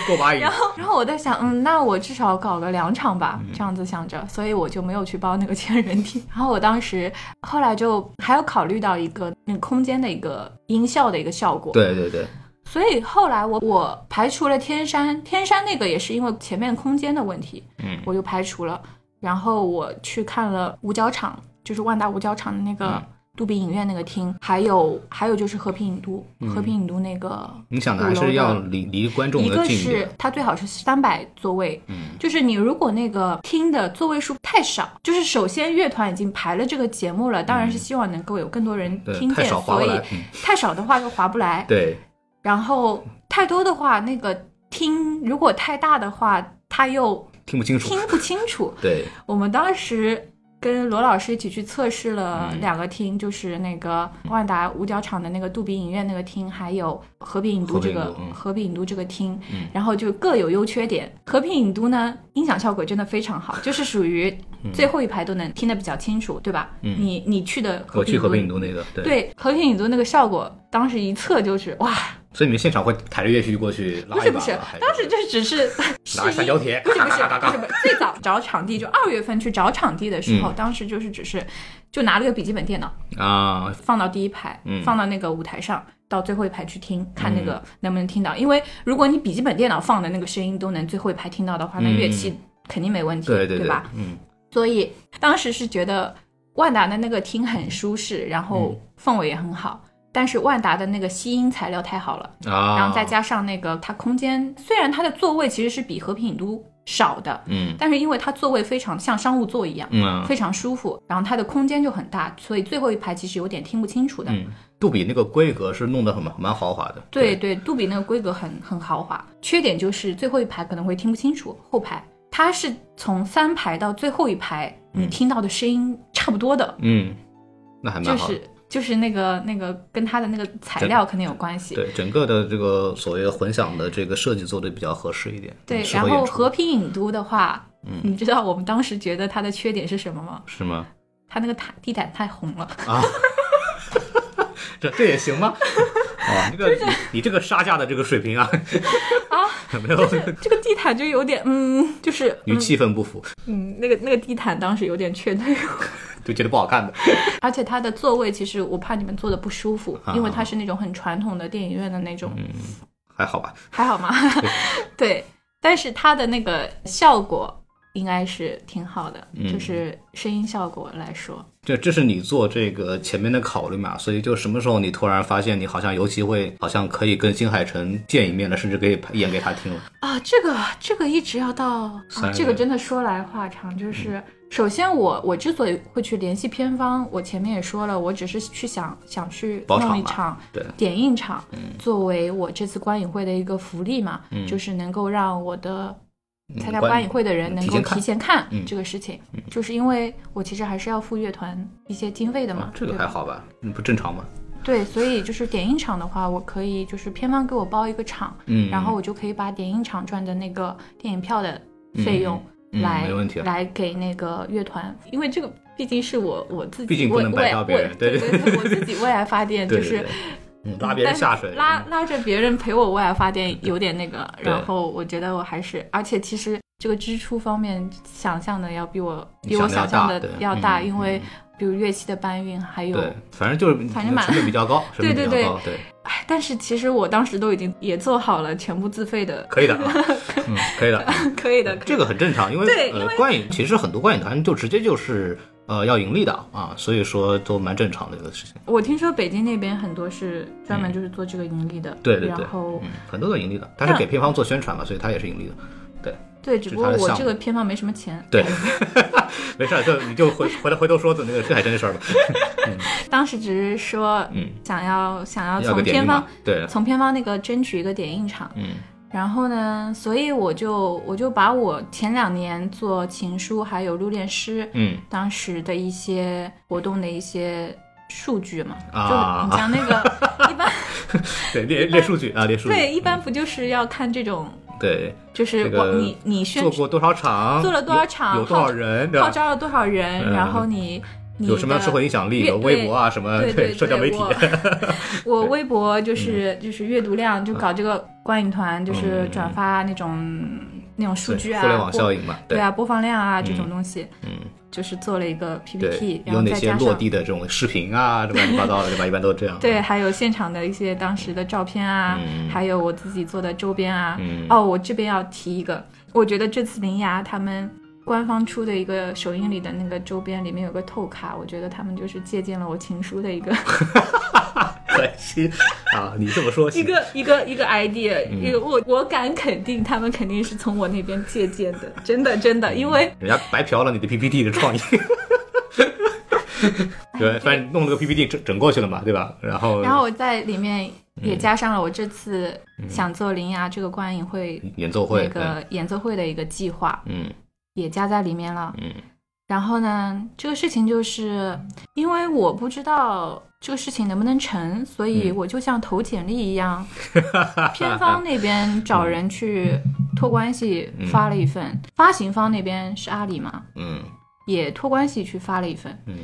[SPEAKER 1] 够把瘾
[SPEAKER 2] 然。后，然后我在想，嗯，那我至少搞个两场吧，这样子想着，所以我就没有去包那个千人厅。然后我当时后来就还有考虑到一个那个空间的一个音效的一个效果，
[SPEAKER 1] 对对对，
[SPEAKER 2] 所以后来我我排除了天山，天山那个也是因为前面空间的问题，
[SPEAKER 1] 嗯
[SPEAKER 2] 我就排除了。然后我去看了五角场，就是万达五角场的那个
[SPEAKER 1] 嗯
[SPEAKER 2] 杜比影院那个厅，还有还有就是和平影都，和平影都那个
[SPEAKER 1] 你想的还是
[SPEAKER 2] 鼓
[SPEAKER 1] 要
[SPEAKER 2] 楼的
[SPEAKER 1] 离离观众
[SPEAKER 2] 一
[SPEAKER 1] 嗯的
[SPEAKER 2] 个
[SPEAKER 1] 近一
[SPEAKER 2] 是
[SPEAKER 1] 点。
[SPEAKER 2] 它最好是三百座位，
[SPEAKER 1] 嗯，
[SPEAKER 2] 就是你如果那个厅的座位数太少，就是首先乐团已经排了这个节目了，当然是希望能够有更多人
[SPEAKER 1] 嗯对
[SPEAKER 2] 听
[SPEAKER 1] 太
[SPEAKER 2] 见，
[SPEAKER 1] 少划
[SPEAKER 2] 所
[SPEAKER 1] 不
[SPEAKER 2] 以
[SPEAKER 1] 来嗯
[SPEAKER 2] 太少的话就划不来，
[SPEAKER 1] 对，
[SPEAKER 2] 然后太多的话，那个听如果太大的话，他又
[SPEAKER 1] 听不清楚。
[SPEAKER 2] 听。不清楚
[SPEAKER 1] 对，
[SPEAKER 2] 我们当时跟罗老师一起去测试了
[SPEAKER 1] 嗯
[SPEAKER 2] 两个厅，就是那个万达五角场的那个杜比影院那个厅，还有和平影都这
[SPEAKER 1] 和
[SPEAKER 2] 个
[SPEAKER 1] 平影都嗯
[SPEAKER 2] 和平影都这个厅
[SPEAKER 1] 嗯，
[SPEAKER 2] 然后就各有优缺点。和平影都呢，音响效果真的非常好，就是属于最后一排都能听得比较清楚，对吧？
[SPEAKER 1] 嗯
[SPEAKER 2] 你你去的和
[SPEAKER 1] 我
[SPEAKER 2] 平
[SPEAKER 1] 去
[SPEAKER 2] 影
[SPEAKER 1] 和
[SPEAKER 2] 都
[SPEAKER 1] 平影都那个，对，
[SPEAKER 2] 对和平影都那个效果，当时一测就是哇，
[SPEAKER 1] 所以你们现场会抬着乐器过去拉
[SPEAKER 2] 不
[SPEAKER 1] 一把
[SPEAKER 2] 是不
[SPEAKER 1] 吗，
[SPEAKER 2] 是
[SPEAKER 1] 还，
[SPEAKER 2] 当时就只是试
[SPEAKER 1] 拿一
[SPEAKER 2] 衣
[SPEAKER 1] 下胶铁，
[SPEAKER 2] 不是不是不是不是，最早找场地就二月份去找场地的
[SPEAKER 1] 嗯
[SPEAKER 2] 时候，当时就是只是就拿了个笔记本电脑
[SPEAKER 1] 啊，
[SPEAKER 2] 放到第一排，
[SPEAKER 1] 嗯
[SPEAKER 2] 放到那个舞台上，到最后一排去听，看那个能不能听到。因为如果你笔记本电脑放的那个声音都能最后一排听到的话，那
[SPEAKER 1] 嗯
[SPEAKER 2] 乐器肯定没问题，
[SPEAKER 1] 对对
[SPEAKER 2] 吧？？
[SPEAKER 1] 嗯，
[SPEAKER 2] 所以当时是觉得万达的那个厅很舒适，然后
[SPEAKER 1] 嗯
[SPEAKER 2] 氛围也很好，但是万达的那个吸音材料太好了。
[SPEAKER 1] 啊，
[SPEAKER 2] 然后再加上那个它空间，虽然它的座位其实是比和平影都少的，
[SPEAKER 1] 嗯
[SPEAKER 2] 但是因为它座位非常像商务座一样，
[SPEAKER 1] 嗯啊
[SPEAKER 2] 非常舒服，然后它的空间就很大，所以最后一排其实有点听不清楚的。
[SPEAKER 1] 嗯，杜比那个规格是弄得很蛮豪华的，
[SPEAKER 2] 对对，杜比那个规格很很豪华，缺点就是最后一排可能会听不清楚，后排它是从三排到最后一排，你听到的声音差不多的，
[SPEAKER 1] 嗯，那还
[SPEAKER 2] 就
[SPEAKER 1] 蛮好的。
[SPEAKER 2] 是就是那个那个跟它的那个材料肯定有关系。
[SPEAKER 1] 对整个的这个所谓的混响的这个设计做的比较合适一点，嗯
[SPEAKER 2] 对，
[SPEAKER 1] 适
[SPEAKER 2] 然
[SPEAKER 1] 合
[SPEAKER 2] 后
[SPEAKER 1] 演出嗯
[SPEAKER 2] 和平影都的话，你知道我们当时觉得它的缺点是什么吗？
[SPEAKER 1] 是吗？
[SPEAKER 2] 它那个毯地毯太红了，
[SPEAKER 1] 啊， 这这也行吗？ 啊，这个你你这个杀价的这个水平啊，啊， 没有，
[SPEAKER 2] 这个地毯就有点，嗯，就是，
[SPEAKER 1] 与气氛不符，
[SPEAKER 2] 嗯，那个那个地毯当时有点缺队伍，
[SPEAKER 1] 就觉得不好看的。
[SPEAKER 2] 而且它的座位其实我怕你们坐的不舒服，
[SPEAKER 1] 啊
[SPEAKER 2] 因为它是那种很传统的电影院的那
[SPEAKER 1] 嗯
[SPEAKER 2] 种，
[SPEAKER 1] 还好吧，
[SPEAKER 2] 还好吗？对，但是它的那个效果。应该是挺好的，
[SPEAKER 1] 嗯
[SPEAKER 2] 就是声音效果来说。
[SPEAKER 1] 这这是你做这个前面的考虑嘛？所以就什么时候你突然发现你好像有机会，好像可以跟新海诚见一面了，甚至可以拍演给他听了。
[SPEAKER 2] 啊，这个这个一直要到、啊
[SPEAKER 1] 三，
[SPEAKER 2] 这个
[SPEAKER 1] 月嗯
[SPEAKER 2] 真的说来话长，就是。首先我，我之所以会去联系片方，我前面也说了，我只是去想想去
[SPEAKER 1] 包场嗯
[SPEAKER 2] 弄一
[SPEAKER 1] 嘛
[SPEAKER 2] 场
[SPEAKER 1] 对
[SPEAKER 2] 点映场，作为我这次观影会的一个福利嘛，
[SPEAKER 1] 嗯
[SPEAKER 2] 就是能够让我的参加
[SPEAKER 1] 观
[SPEAKER 2] 观影会的人能
[SPEAKER 1] 提
[SPEAKER 2] 够
[SPEAKER 1] 前看
[SPEAKER 2] 提前看
[SPEAKER 1] 嗯
[SPEAKER 2] 这个事情，就是因为我其实还是要付乐团一些经费的嘛，
[SPEAKER 1] 哦啊这个
[SPEAKER 2] 对
[SPEAKER 1] 还
[SPEAKER 2] 吧
[SPEAKER 1] 好吧？嗯不正常吗？
[SPEAKER 2] 对，所以就是点映场的话，我可以就是片方给我包一个场，
[SPEAKER 1] 嗯
[SPEAKER 2] 然后我就可以把点映场赚的那个电影票的费用
[SPEAKER 1] 嗯嗯
[SPEAKER 2] 来、
[SPEAKER 1] 没问题啊
[SPEAKER 2] 来给那个乐团，因为这个毕竟是我我自己为，
[SPEAKER 1] 毕竟不能摆
[SPEAKER 2] 为
[SPEAKER 1] 到别人
[SPEAKER 2] 为
[SPEAKER 1] 对
[SPEAKER 2] 对
[SPEAKER 1] 对
[SPEAKER 2] 对，我自己为爱发电，
[SPEAKER 1] 对
[SPEAKER 2] 就
[SPEAKER 1] 对
[SPEAKER 2] 是
[SPEAKER 1] 对，嗯拉别人下水，嗯
[SPEAKER 2] 拉拉着别人陪我为爱发电有点那个，
[SPEAKER 1] 对
[SPEAKER 2] 然后我觉得我还是，而且其实这个支出方面想象的要比我
[SPEAKER 1] 你
[SPEAKER 2] 比我
[SPEAKER 1] 想
[SPEAKER 2] 想
[SPEAKER 1] 的要大
[SPEAKER 2] 象的
[SPEAKER 1] 对
[SPEAKER 2] 要大，
[SPEAKER 1] 嗯
[SPEAKER 2] 因为比如乐器的搬运还有
[SPEAKER 1] 对，反正就是
[SPEAKER 2] 反正蛮
[SPEAKER 1] 成本比较高，成本比较
[SPEAKER 2] 对对
[SPEAKER 1] 高，对，
[SPEAKER 2] 哎，但是其实我当时都已经也做好了全部自费的，
[SPEAKER 1] 可以的啊，嗯，可以的。
[SPEAKER 2] 可以的，可以
[SPEAKER 1] 这个很正常，因为
[SPEAKER 2] 对
[SPEAKER 1] 呃，观影其实很多观影团就直接就是呃要盈利的啊，所以说都蛮正常的一个事情。
[SPEAKER 2] 我听说北京那边很多是专门就是做这个盈利的，
[SPEAKER 1] 嗯对对对
[SPEAKER 2] 然，后嗯
[SPEAKER 1] 嗯，很多都盈利的，它是
[SPEAKER 2] 但
[SPEAKER 1] 给片方做宣传嘛，所以它也是盈利的。对，
[SPEAKER 2] 对，只不过我这个片方没什么钱，
[SPEAKER 1] 对， 没事儿，就你就回回来回头说的那个新海诚的事儿吧。
[SPEAKER 2] 当时只是说
[SPEAKER 1] 嗯
[SPEAKER 2] 想要、想要
[SPEAKER 1] 要个
[SPEAKER 2] 从
[SPEAKER 1] 点映
[SPEAKER 2] 片方
[SPEAKER 1] 嘛，对，
[SPEAKER 2] 从片方那个争取一个点映场，
[SPEAKER 1] 嗯
[SPEAKER 2] 然后呢，所以我就我就把我前两年做情书还有入殓师，
[SPEAKER 1] 嗯，
[SPEAKER 2] 当时的一些活动的一些数据嘛，
[SPEAKER 1] 啊
[SPEAKER 2] 就你讲那 个一般
[SPEAKER 1] 对，列列数据啊，列数据。
[SPEAKER 2] 对一般不就是要看这种。
[SPEAKER 1] 对，
[SPEAKER 2] 就是
[SPEAKER 1] 这
[SPEAKER 2] 我、
[SPEAKER 1] 个
[SPEAKER 2] 你你宣
[SPEAKER 1] 做过多少场，
[SPEAKER 2] 做了多少场
[SPEAKER 1] 有有多少人，对
[SPEAKER 2] 号
[SPEAKER 1] 吧？
[SPEAKER 2] 召了多少人，
[SPEAKER 1] 嗯
[SPEAKER 2] 然后你你
[SPEAKER 1] 有什么样
[SPEAKER 2] 的
[SPEAKER 1] 社会影响力？
[SPEAKER 2] 阅
[SPEAKER 1] 有微博啊，什么
[SPEAKER 2] 对对
[SPEAKER 1] 社交媒体， 嗯
[SPEAKER 2] 我 我微博就是就是阅读量，就搞这个观影团，就是转发那种那种数据啊，
[SPEAKER 1] 互联网
[SPEAKER 2] 播
[SPEAKER 1] 效应嘛，
[SPEAKER 2] 对啊，播放量啊这种东西，
[SPEAKER 1] 嗯。
[SPEAKER 2] 就是做了一个
[SPEAKER 1] 对
[SPEAKER 2] PPT，，然
[SPEAKER 1] 有
[SPEAKER 2] 后
[SPEAKER 1] 哪
[SPEAKER 2] 再
[SPEAKER 1] 些
[SPEAKER 2] 加
[SPEAKER 1] 落
[SPEAKER 2] 上。
[SPEAKER 1] 地的这种视频啊，这乱七八糟的，对吧？一般都是这样。啊
[SPEAKER 2] 对，，还有现场的一些当时的照片啊，还有我自己做的周边啊。
[SPEAKER 1] 嗯
[SPEAKER 2] 哦，我这边要提一个，我觉得这次灵牙他们官方出的一个首映礼的那个周边里面有个透卡，我觉得他们就是借鉴了我情书的一个
[SPEAKER 1] 可惜啊，你这么说
[SPEAKER 2] 一个一个一个 idea，、一
[SPEAKER 1] 嗯
[SPEAKER 2] 个我我敢肯定，他们肯定是从我那边借鉴的， 真的真的，因为
[SPEAKER 1] 人家白嫖了你的 PPT 的 创意。对，反正弄了个 PPT 整整过去了嘛，对吧？然后，
[SPEAKER 2] 然后我在里面也
[SPEAKER 1] 嗯
[SPEAKER 2] 加上了我这次想做灵牙这个观影会
[SPEAKER 1] 演奏嗯会
[SPEAKER 2] 那，个演奏会的一个计划，
[SPEAKER 1] 嗯
[SPEAKER 2] 也加在里面了。
[SPEAKER 1] 嗯
[SPEAKER 2] 然后呢，这个事情就是因为我不知道这个事情能不能成，所
[SPEAKER 1] 嗯
[SPEAKER 2] 以我就像投简历 一样，片方那边找人去托关系发了一份，发行方那边是阿里嘛，
[SPEAKER 1] 嗯
[SPEAKER 2] 也托关系去发了一份，
[SPEAKER 1] 嗯，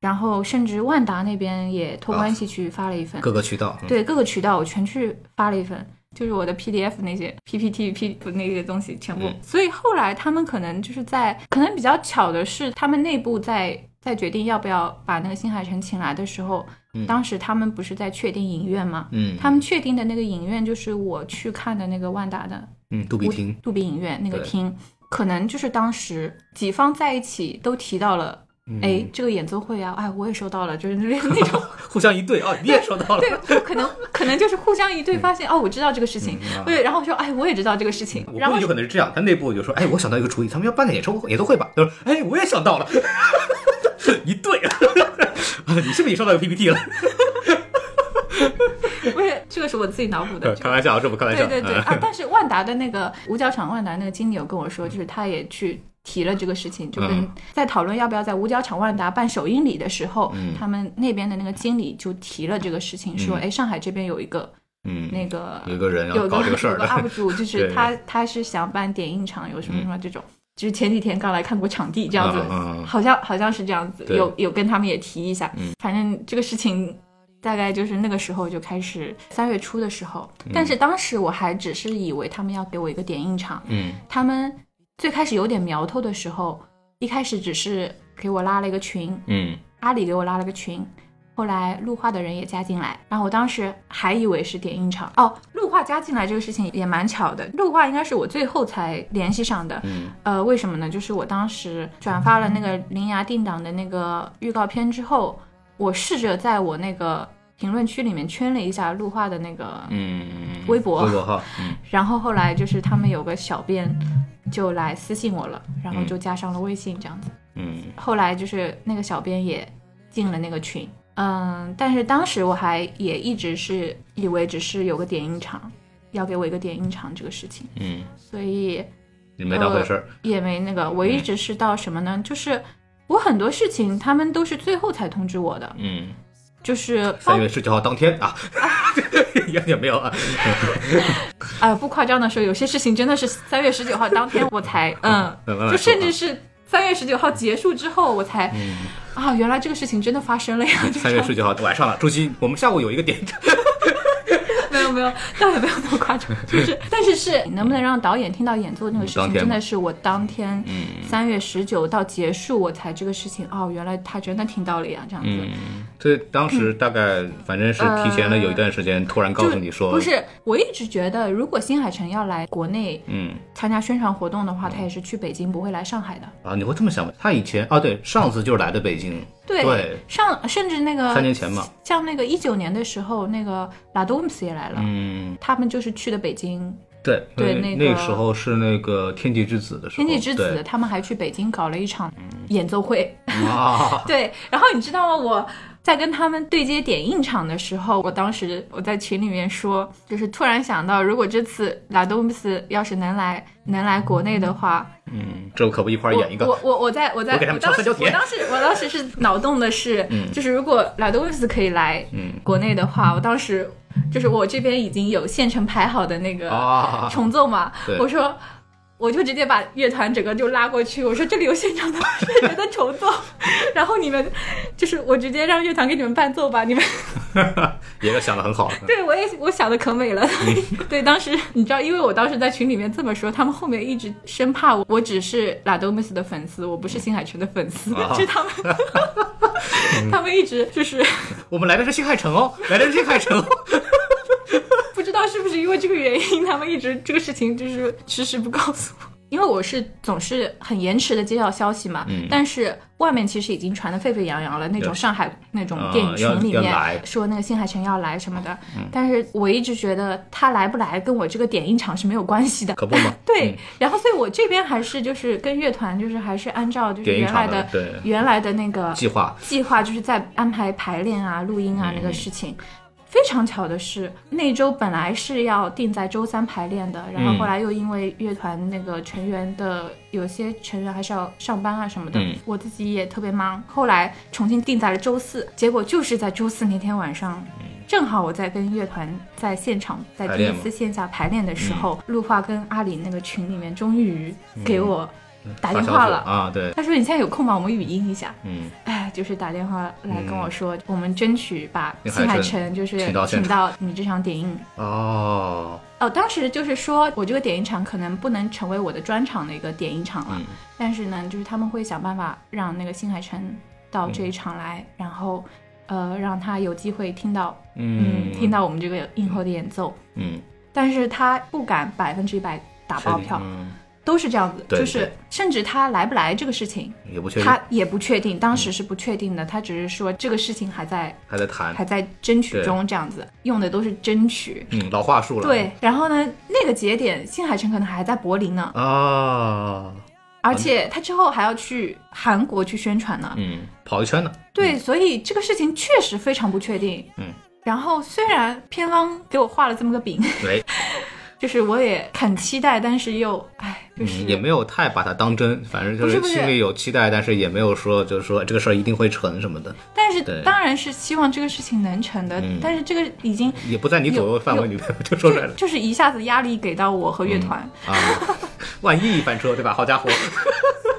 [SPEAKER 2] 然后甚至万达那边也托关系去发了一份，
[SPEAKER 1] 哦各个渠道，嗯
[SPEAKER 2] 对各个渠道我全去发了一份，就是我的 PDF 那些 PPT、P 不那些东西全
[SPEAKER 1] 嗯
[SPEAKER 2] 部。所以后来他们可能就是在，可能比较巧的是，他们内部在在决定要不要把那个新海诚请来的时候，当时他们不是在确定影院吗？
[SPEAKER 1] 嗯
[SPEAKER 2] 他们确定的那个影院就是我去看的那个万达的
[SPEAKER 1] 嗯，杜比厅，
[SPEAKER 2] 杜比影院那个
[SPEAKER 1] 对
[SPEAKER 2] 厅，可能就是当时几方在一起都提到了。
[SPEAKER 1] 嗯
[SPEAKER 2] 哎，这个演奏会啊，哎，我也收到了，就是那那种，
[SPEAKER 1] 互相一对哦，你也说到了，
[SPEAKER 2] 对，可能可能就是互相一
[SPEAKER 1] 嗯
[SPEAKER 2] 对，发现哦，我知道这个事情，对，然后说，哎，我也知道这个事情，
[SPEAKER 1] 啊嗯我
[SPEAKER 2] 然
[SPEAKER 1] 估
[SPEAKER 2] 后
[SPEAKER 1] 计有可能是这样，他内部就说，哎，我想到一个主意，他们要办个演唱会演奏会吧？他说，哎，我也想到了， 一对啊， 你是不是也收到一个 PPT 了？
[SPEAKER 2] 不是，这个是我自己脑补的，这个
[SPEAKER 1] 开玩笑，这不开玩笑，
[SPEAKER 2] 对对对
[SPEAKER 1] 嗯
[SPEAKER 2] 啊！但是万达的那个五角场万达那个经理有跟我说，就是他也去提了这个事情，就跟
[SPEAKER 1] 嗯
[SPEAKER 2] 在讨论要不要在五角场万达办首映礼的时候，
[SPEAKER 1] 嗯
[SPEAKER 2] 他们那边的那个经理就提了这个事情，说，哎，上海这边有一个
[SPEAKER 1] 嗯，
[SPEAKER 2] 那个
[SPEAKER 1] 有一个人要
[SPEAKER 2] 有
[SPEAKER 1] 搞这个事儿
[SPEAKER 2] 有
[SPEAKER 1] 的啊
[SPEAKER 2] 个 UP 主，就
[SPEAKER 1] 对
[SPEAKER 2] 是他他是想办点映场，有什么什么这种。就是前几天刚来看过场地，这样子，
[SPEAKER 1] 嗯嗯嗯
[SPEAKER 2] 好像好像是这样子，
[SPEAKER 1] 对嗯
[SPEAKER 2] 有有跟他们也提一下，反正这个事情大概就是那个时候就开始，三月初的时候，
[SPEAKER 1] 嗯
[SPEAKER 2] 但是当时我还只是以为他们要给我一个点映场，
[SPEAKER 1] 嗯
[SPEAKER 2] 他们最开始有点苗头的时候，一开始只是给我拉了一个群，
[SPEAKER 1] 嗯
[SPEAKER 2] 阿里给我拉了个群，后来陆化的人也加进来，然后我当时还以为是点映场哦，陆化加进来这个事情也蛮巧的，陆化应该是我最后才联系上的。嗯，呃，为什么呢？就是我当时转发了那个《铃芽定档》的那个预告片之后，我试着在我那个评论区里面圈了一下陆化的那个
[SPEAKER 1] 嗯，
[SPEAKER 2] 微博，
[SPEAKER 1] 微博号，嗯，
[SPEAKER 2] 然后后来就是他们有个小编就来私信我了，然后就加上了微信这样子。
[SPEAKER 1] 嗯，
[SPEAKER 2] 后来就是那个小编也进了那个群，嗯，但是当时我还也一直是以为只是有个点映场，要给我一个点映场这个事情，
[SPEAKER 1] 嗯，
[SPEAKER 2] 所以
[SPEAKER 1] 你没当回事儿，
[SPEAKER 2] 也没那个。我一直是到什么呢？就是我很多事情他们都是最后才通知我的，
[SPEAKER 1] 嗯，
[SPEAKER 2] 就是包
[SPEAKER 1] 三月十九号当天啊， 也也没有啊，
[SPEAKER 2] 啊、不夸张的说，有些事情真的是三月十九号当天我才， 嗯
[SPEAKER 1] 慢慢，来
[SPEAKER 2] 就甚
[SPEAKER 1] 说啊
[SPEAKER 2] 至是三月十九号结束之后我才，
[SPEAKER 1] 嗯
[SPEAKER 2] 啊，原来这个事情真的发生了呀！就是
[SPEAKER 1] 三月十九号晚上了，朱熹，我们下午有一个点，
[SPEAKER 2] 没有没有，倒也没有那么夸张， 就是，但是是能不能让导演听到演奏这个
[SPEAKER 1] 嗯
[SPEAKER 2] 事
[SPEAKER 1] 当
[SPEAKER 2] 情，
[SPEAKER 1] 天嗯
[SPEAKER 2] 真
[SPEAKER 1] 嘛
[SPEAKER 2] 的是我当天三月十九到结束我才这个事情，哦，原来他真的听到了啊呀，这样子。
[SPEAKER 1] 这当时大概反正是提前了有一段时间，突然告
[SPEAKER 2] 嗯就
[SPEAKER 1] 诉你说，
[SPEAKER 2] 不，是，我一直觉得，如果新海诚要来国内
[SPEAKER 1] 嗯。
[SPEAKER 2] 参加宣传活动的话，他也是去北京，不会来上海的。
[SPEAKER 1] 啊，你会这么想吧？他以前啊，对，上次就是来的北京，
[SPEAKER 2] 对，
[SPEAKER 1] 对
[SPEAKER 2] 上甚至那个
[SPEAKER 1] 三年前嘛，
[SPEAKER 2] 像那个一九年的时候，那个拉多姆斯也来了，
[SPEAKER 1] 嗯，
[SPEAKER 2] 他们就是去的北京
[SPEAKER 1] 对，
[SPEAKER 2] 对
[SPEAKER 1] 因为
[SPEAKER 2] 那
[SPEAKER 1] 那
[SPEAKER 2] 个
[SPEAKER 1] 个时候是那个天气之子的时候，
[SPEAKER 2] 天气之子，
[SPEAKER 1] 对
[SPEAKER 2] 他们还去北京搞了一场演奏会。
[SPEAKER 1] 啊，
[SPEAKER 2] 对，然后你知道吗？我在跟他们对接点映场的时候，我当时我在群里面说，就是突然想到，如果这次拉多姆斯要是能来能来国内的话，
[SPEAKER 1] 嗯，这可不一块儿演一个
[SPEAKER 2] 我我我我在我在
[SPEAKER 1] 我给他们敲
[SPEAKER 2] 当
[SPEAKER 1] 三
[SPEAKER 2] 时
[SPEAKER 1] 角铁
[SPEAKER 2] 我当时我当时是脑洞的是，
[SPEAKER 1] 嗯
[SPEAKER 2] 就是如果拉多维斯可以来国内的话，我当时就是我这边已经有现成排好的那个
[SPEAKER 1] 啊，
[SPEAKER 2] 重奏嘛，
[SPEAKER 1] 对
[SPEAKER 2] 我说。我就直接把乐团整个就拉过去，我说这里有现场的现成的重 奏，然后你们就是我直接让乐团给你们伴奏吧，你们
[SPEAKER 1] 爷爷想的很好，
[SPEAKER 2] 对我也我想的可美了。
[SPEAKER 1] 嗯
[SPEAKER 2] 对，当时你知道，因为我当时在群里面这么说，他们后面一直生怕我，我只是拉多姆斯的粉丝，我不是新海诚的粉丝，
[SPEAKER 1] 啊
[SPEAKER 2] 就 他们，他们一直就是
[SPEAKER 1] 我们来的是新海诚哦，来的是新海诚哦，
[SPEAKER 2] 不知道是不是因为这个原因，他们一直这个事情就是迟迟不告诉我。因为我是总是很延迟的接到消息嘛，
[SPEAKER 1] 嗯
[SPEAKER 2] 但是外面其实已经传得沸沸扬扬了，那种上海那种电影群里
[SPEAKER 1] 啊要
[SPEAKER 2] 面
[SPEAKER 1] 要来嗯
[SPEAKER 2] 说那个新海诚要来什么的，但是我一直觉得他来不来跟我这个点映场是没有关系的。
[SPEAKER 1] 可嗯不嘛，
[SPEAKER 2] 对，然后所以我这边还是就是跟乐团就是还是按照就是
[SPEAKER 1] 点映
[SPEAKER 2] 原来
[SPEAKER 1] 场
[SPEAKER 2] 的
[SPEAKER 1] 对
[SPEAKER 2] 原来的那个
[SPEAKER 1] 计划，
[SPEAKER 2] 计划就是在安排排练啊、录音
[SPEAKER 1] 嗯
[SPEAKER 2] 啊那个事情。非常巧的是，那周本来是要定在周三排练的，然后
[SPEAKER 1] 嗯
[SPEAKER 2] 后来又因为乐团那个成员的有些成员还是要上班啊什么的，
[SPEAKER 1] 嗯
[SPEAKER 2] 我自己也特别忙，后来重新定在了周四。结果就是在周四那天晚上，正好我在跟乐团在现场在
[SPEAKER 1] 嗯排
[SPEAKER 2] 第
[SPEAKER 1] 练
[SPEAKER 2] 一
[SPEAKER 1] 嘛嗯
[SPEAKER 2] 次线下排练的时候，陆化跟阿里那个群里面终于给我
[SPEAKER 1] 嗯
[SPEAKER 2] 打电话
[SPEAKER 1] 消息
[SPEAKER 2] 了，
[SPEAKER 1] 啊，对，
[SPEAKER 2] 他说你现在有空吗？我们语音一下。
[SPEAKER 1] 嗯，
[SPEAKER 2] 哎，就是打电话来跟我说，我们争取把
[SPEAKER 1] 宁
[SPEAKER 2] 新
[SPEAKER 1] 海
[SPEAKER 2] 海
[SPEAKER 1] 诚
[SPEAKER 2] 诚就是
[SPEAKER 1] 请到现
[SPEAKER 2] 请到你这场点映。
[SPEAKER 1] 哦，
[SPEAKER 2] 哦，当时就是说我这个点映场可能不能成为我的专场的一个点映场了，
[SPEAKER 1] 嗯
[SPEAKER 2] 但是呢，就是他们会想办法让那个新海诚到这
[SPEAKER 1] 嗯
[SPEAKER 2] 一场来，然后呃让他有机会听到
[SPEAKER 1] 嗯，
[SPEAKER 2] 听，到我们这个映后的演奏，
[SPEAKER 1] 嗯，
[SPEAKER 2] 但是他不敢百分之一百打
[SPEAKER 1] 确
[SPEAKER 2] 包
[SPEAKER 1] 定
[SPEAKER 2] 票，
[SPEAKER 1] 嗯
[SPEAKER 2] 都是这样子，
[SPEAKER 1] 对
[SPEAKER 2] 就是
[SPEAKER 1] 对
[SPEAKER 2] 甚至他来不来这个事情。
[SPEAKER 1] 也不确定
[SPEAKER 2] 他，也不确定，当时是不确定的，他只是说这个事情还在
[SPEAKER 1] 还在谈，
[SPEAKER 2] 还在争
[SPEAKER 1] 嗯
[SPEAKER 2] 取
[SPEAKER 1] 对
[SPEAKER 2] 中，这样子用的都是争取。
[SPEAKER 1] 嗯，老话术了，
[SPEAKER 2] 对，然后呢，那个节点，新海诚可能还在柏林呢，
[SPEAKER 1] 啊，
[SPEAKER 2] 而且他之后还要去韩国去宣传呢。
[SPEAKER 1] 嗯，跑一圈呢，
[SPEAKER 2] 对，所以这个事情确实非常不确定。
[SPEAKER 1] 嗯。
[SPEAKER 2] 然后虽然片方给我画了这么个饼，
[SPEAKER 1] 哎，
[SPEAKER 2] 就是我也很期待，但是又哎，就是、
[SPEAKER 1] 嗯，也没有太把它当真，反正就
[SPEAKER 2] 不是不是
[SPEAKER 1] 心里有期待，但是也没有说就是说这个事儿一定会成什么的，
[SPEAKER 2] 但是
[SPEAKER 1] 对嗯
[SPEAKER 2] 当然是希望这个事情能成的，但是这个已经
[SPEAKER 1] 也不在你左右范围里面， 就说出来了
[SPEAKER 2] 就是一下子压力给到我和乐团，
[SPEAKER 1] 啊，万一一翻车，对吧？好家伙，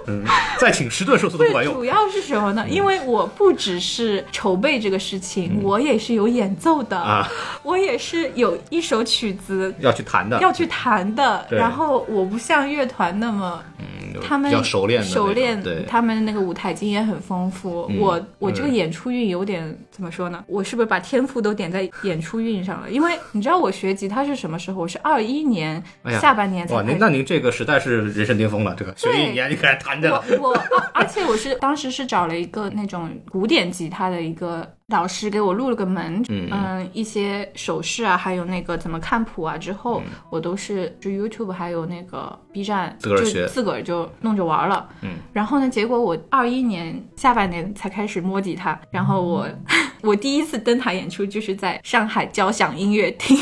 [SPEAKER 1] 嗯，再请迟钝说速度不管
[SPEAKER 2] 对，
[SPEAKER 1] 用，嗯
[SPEAKER 2] 主要是什么呢？因为我不只是筹备这个事情，我也是有演奏的，
[SPEAKER 1] 啊
[SPEAKER 2] 我也是有一首曲子
[SPEAKER 1] 要去谈的，
[SPEAKER 2] 要去弹的。
[SPEAKER 1] 啊对
[SPEAKER 2] 然后我不像乐团那么
[SPEAKER 1] 嗯就
[SPEAKER 2] 他们
[SPEAKER 1] 比较熟练的那种
[SPEAKER 2] 熟练，
[SPEAKER 1] 对，
[SPEAKER 2] 他们那个舞台经验很丰富。
[SPEAKER 1] 嗯
[SPEAKER 2] 我我这个
[SPEAKER 1] 嗯
[SPEAKER 2] 演出运有点怎么说呢？我是不是把天赋都点在演出运上了？因为你知道我学吉他是什么时候？我是二一年
[SPEAKER 1] 哎呀
[SPEAKER 2] 下半年才
[SPEAKER 1] 哇，
[SPEAKER 2] 开
[SPEAKER 1] 您
[SPEAKER 2] 始。
[SPEAKER 1] 那您这个实在是人生巅峰了，这个学
[SPEAKER 2] 对
[SPEAKER 1] 一年就开始弹去了，
[SPEAKER 2] 我我啊而且我是当时是找了一个那种古典吉他的一个老师给我录了个门，
[SPEAKER 1] 嗯
[SPEAKER 2] 一些手势啊，还有那个怎么看谱啊，之后、我都是就 YouTube 还有那个 B 站
[SPEAKER 1] 嗯自个儿
[SPEAKER 2] 就
[SPEAKER 1] 学
[SPEAKER 2] 自个儿就弄着玩儿了。
[SPEAKER 1] 嗯，
[SPEAKER 2] 然后呢，结果我二一年下半年才开始摸吉他，然后我、
[SPEAKER 1] 嗯
[SPEAKER 2] 我第一次登台演出就是在上海交响音乐厅，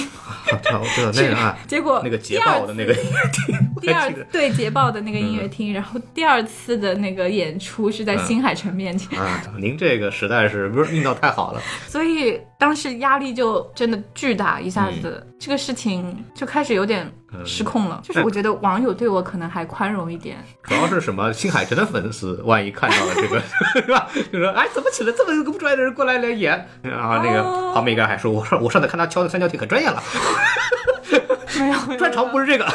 [SPEAKER 1] 对啊，我知道那个啊，
[SPEAKER 2] 结果
[SPEAKER 1] 那个
[SPEAKER 2] 第
[SPEAKER 1] 捷
[SPEAKER 2] 二
[SPEAKER 1] 豹的那个
[SPEAKER 2] 第
[SPEAKER 1] 还
[SPEAKER 2] 二
[SPEAKER 1] 记得
[SPEAKER 2] 对捷豹的那个音乐厅，然后第二次的那个演出是在
[SPEAKER 1] 嗯
[SPEAKER 2] 新海诚面前，
[SPEAKER 1] 啊，您这个实在是不是运道太好了，
[SPEAKER 2] 所以当时压力就真的巨大，一下子、
[SPEAKER 1] 嗯
[SPEAKER 2] 这个事情就开始有点失控了。就是我觉得网友对我可能还宽容一点，
[SPEAKER 1] 主要是什么？新海诚的粉丝万一看到了这个， 是吧？就说哎，怎么请了这么一个不专业的人过来来演？然后那个
[SPEAKER 2] 哦
[SPEAKER 1] 旁边一个人还说，我上我上次看他敲的三角铁可专业了，
[SPEAKER 2] 没有没 有
[SPEAKER 1] 专长不是这个。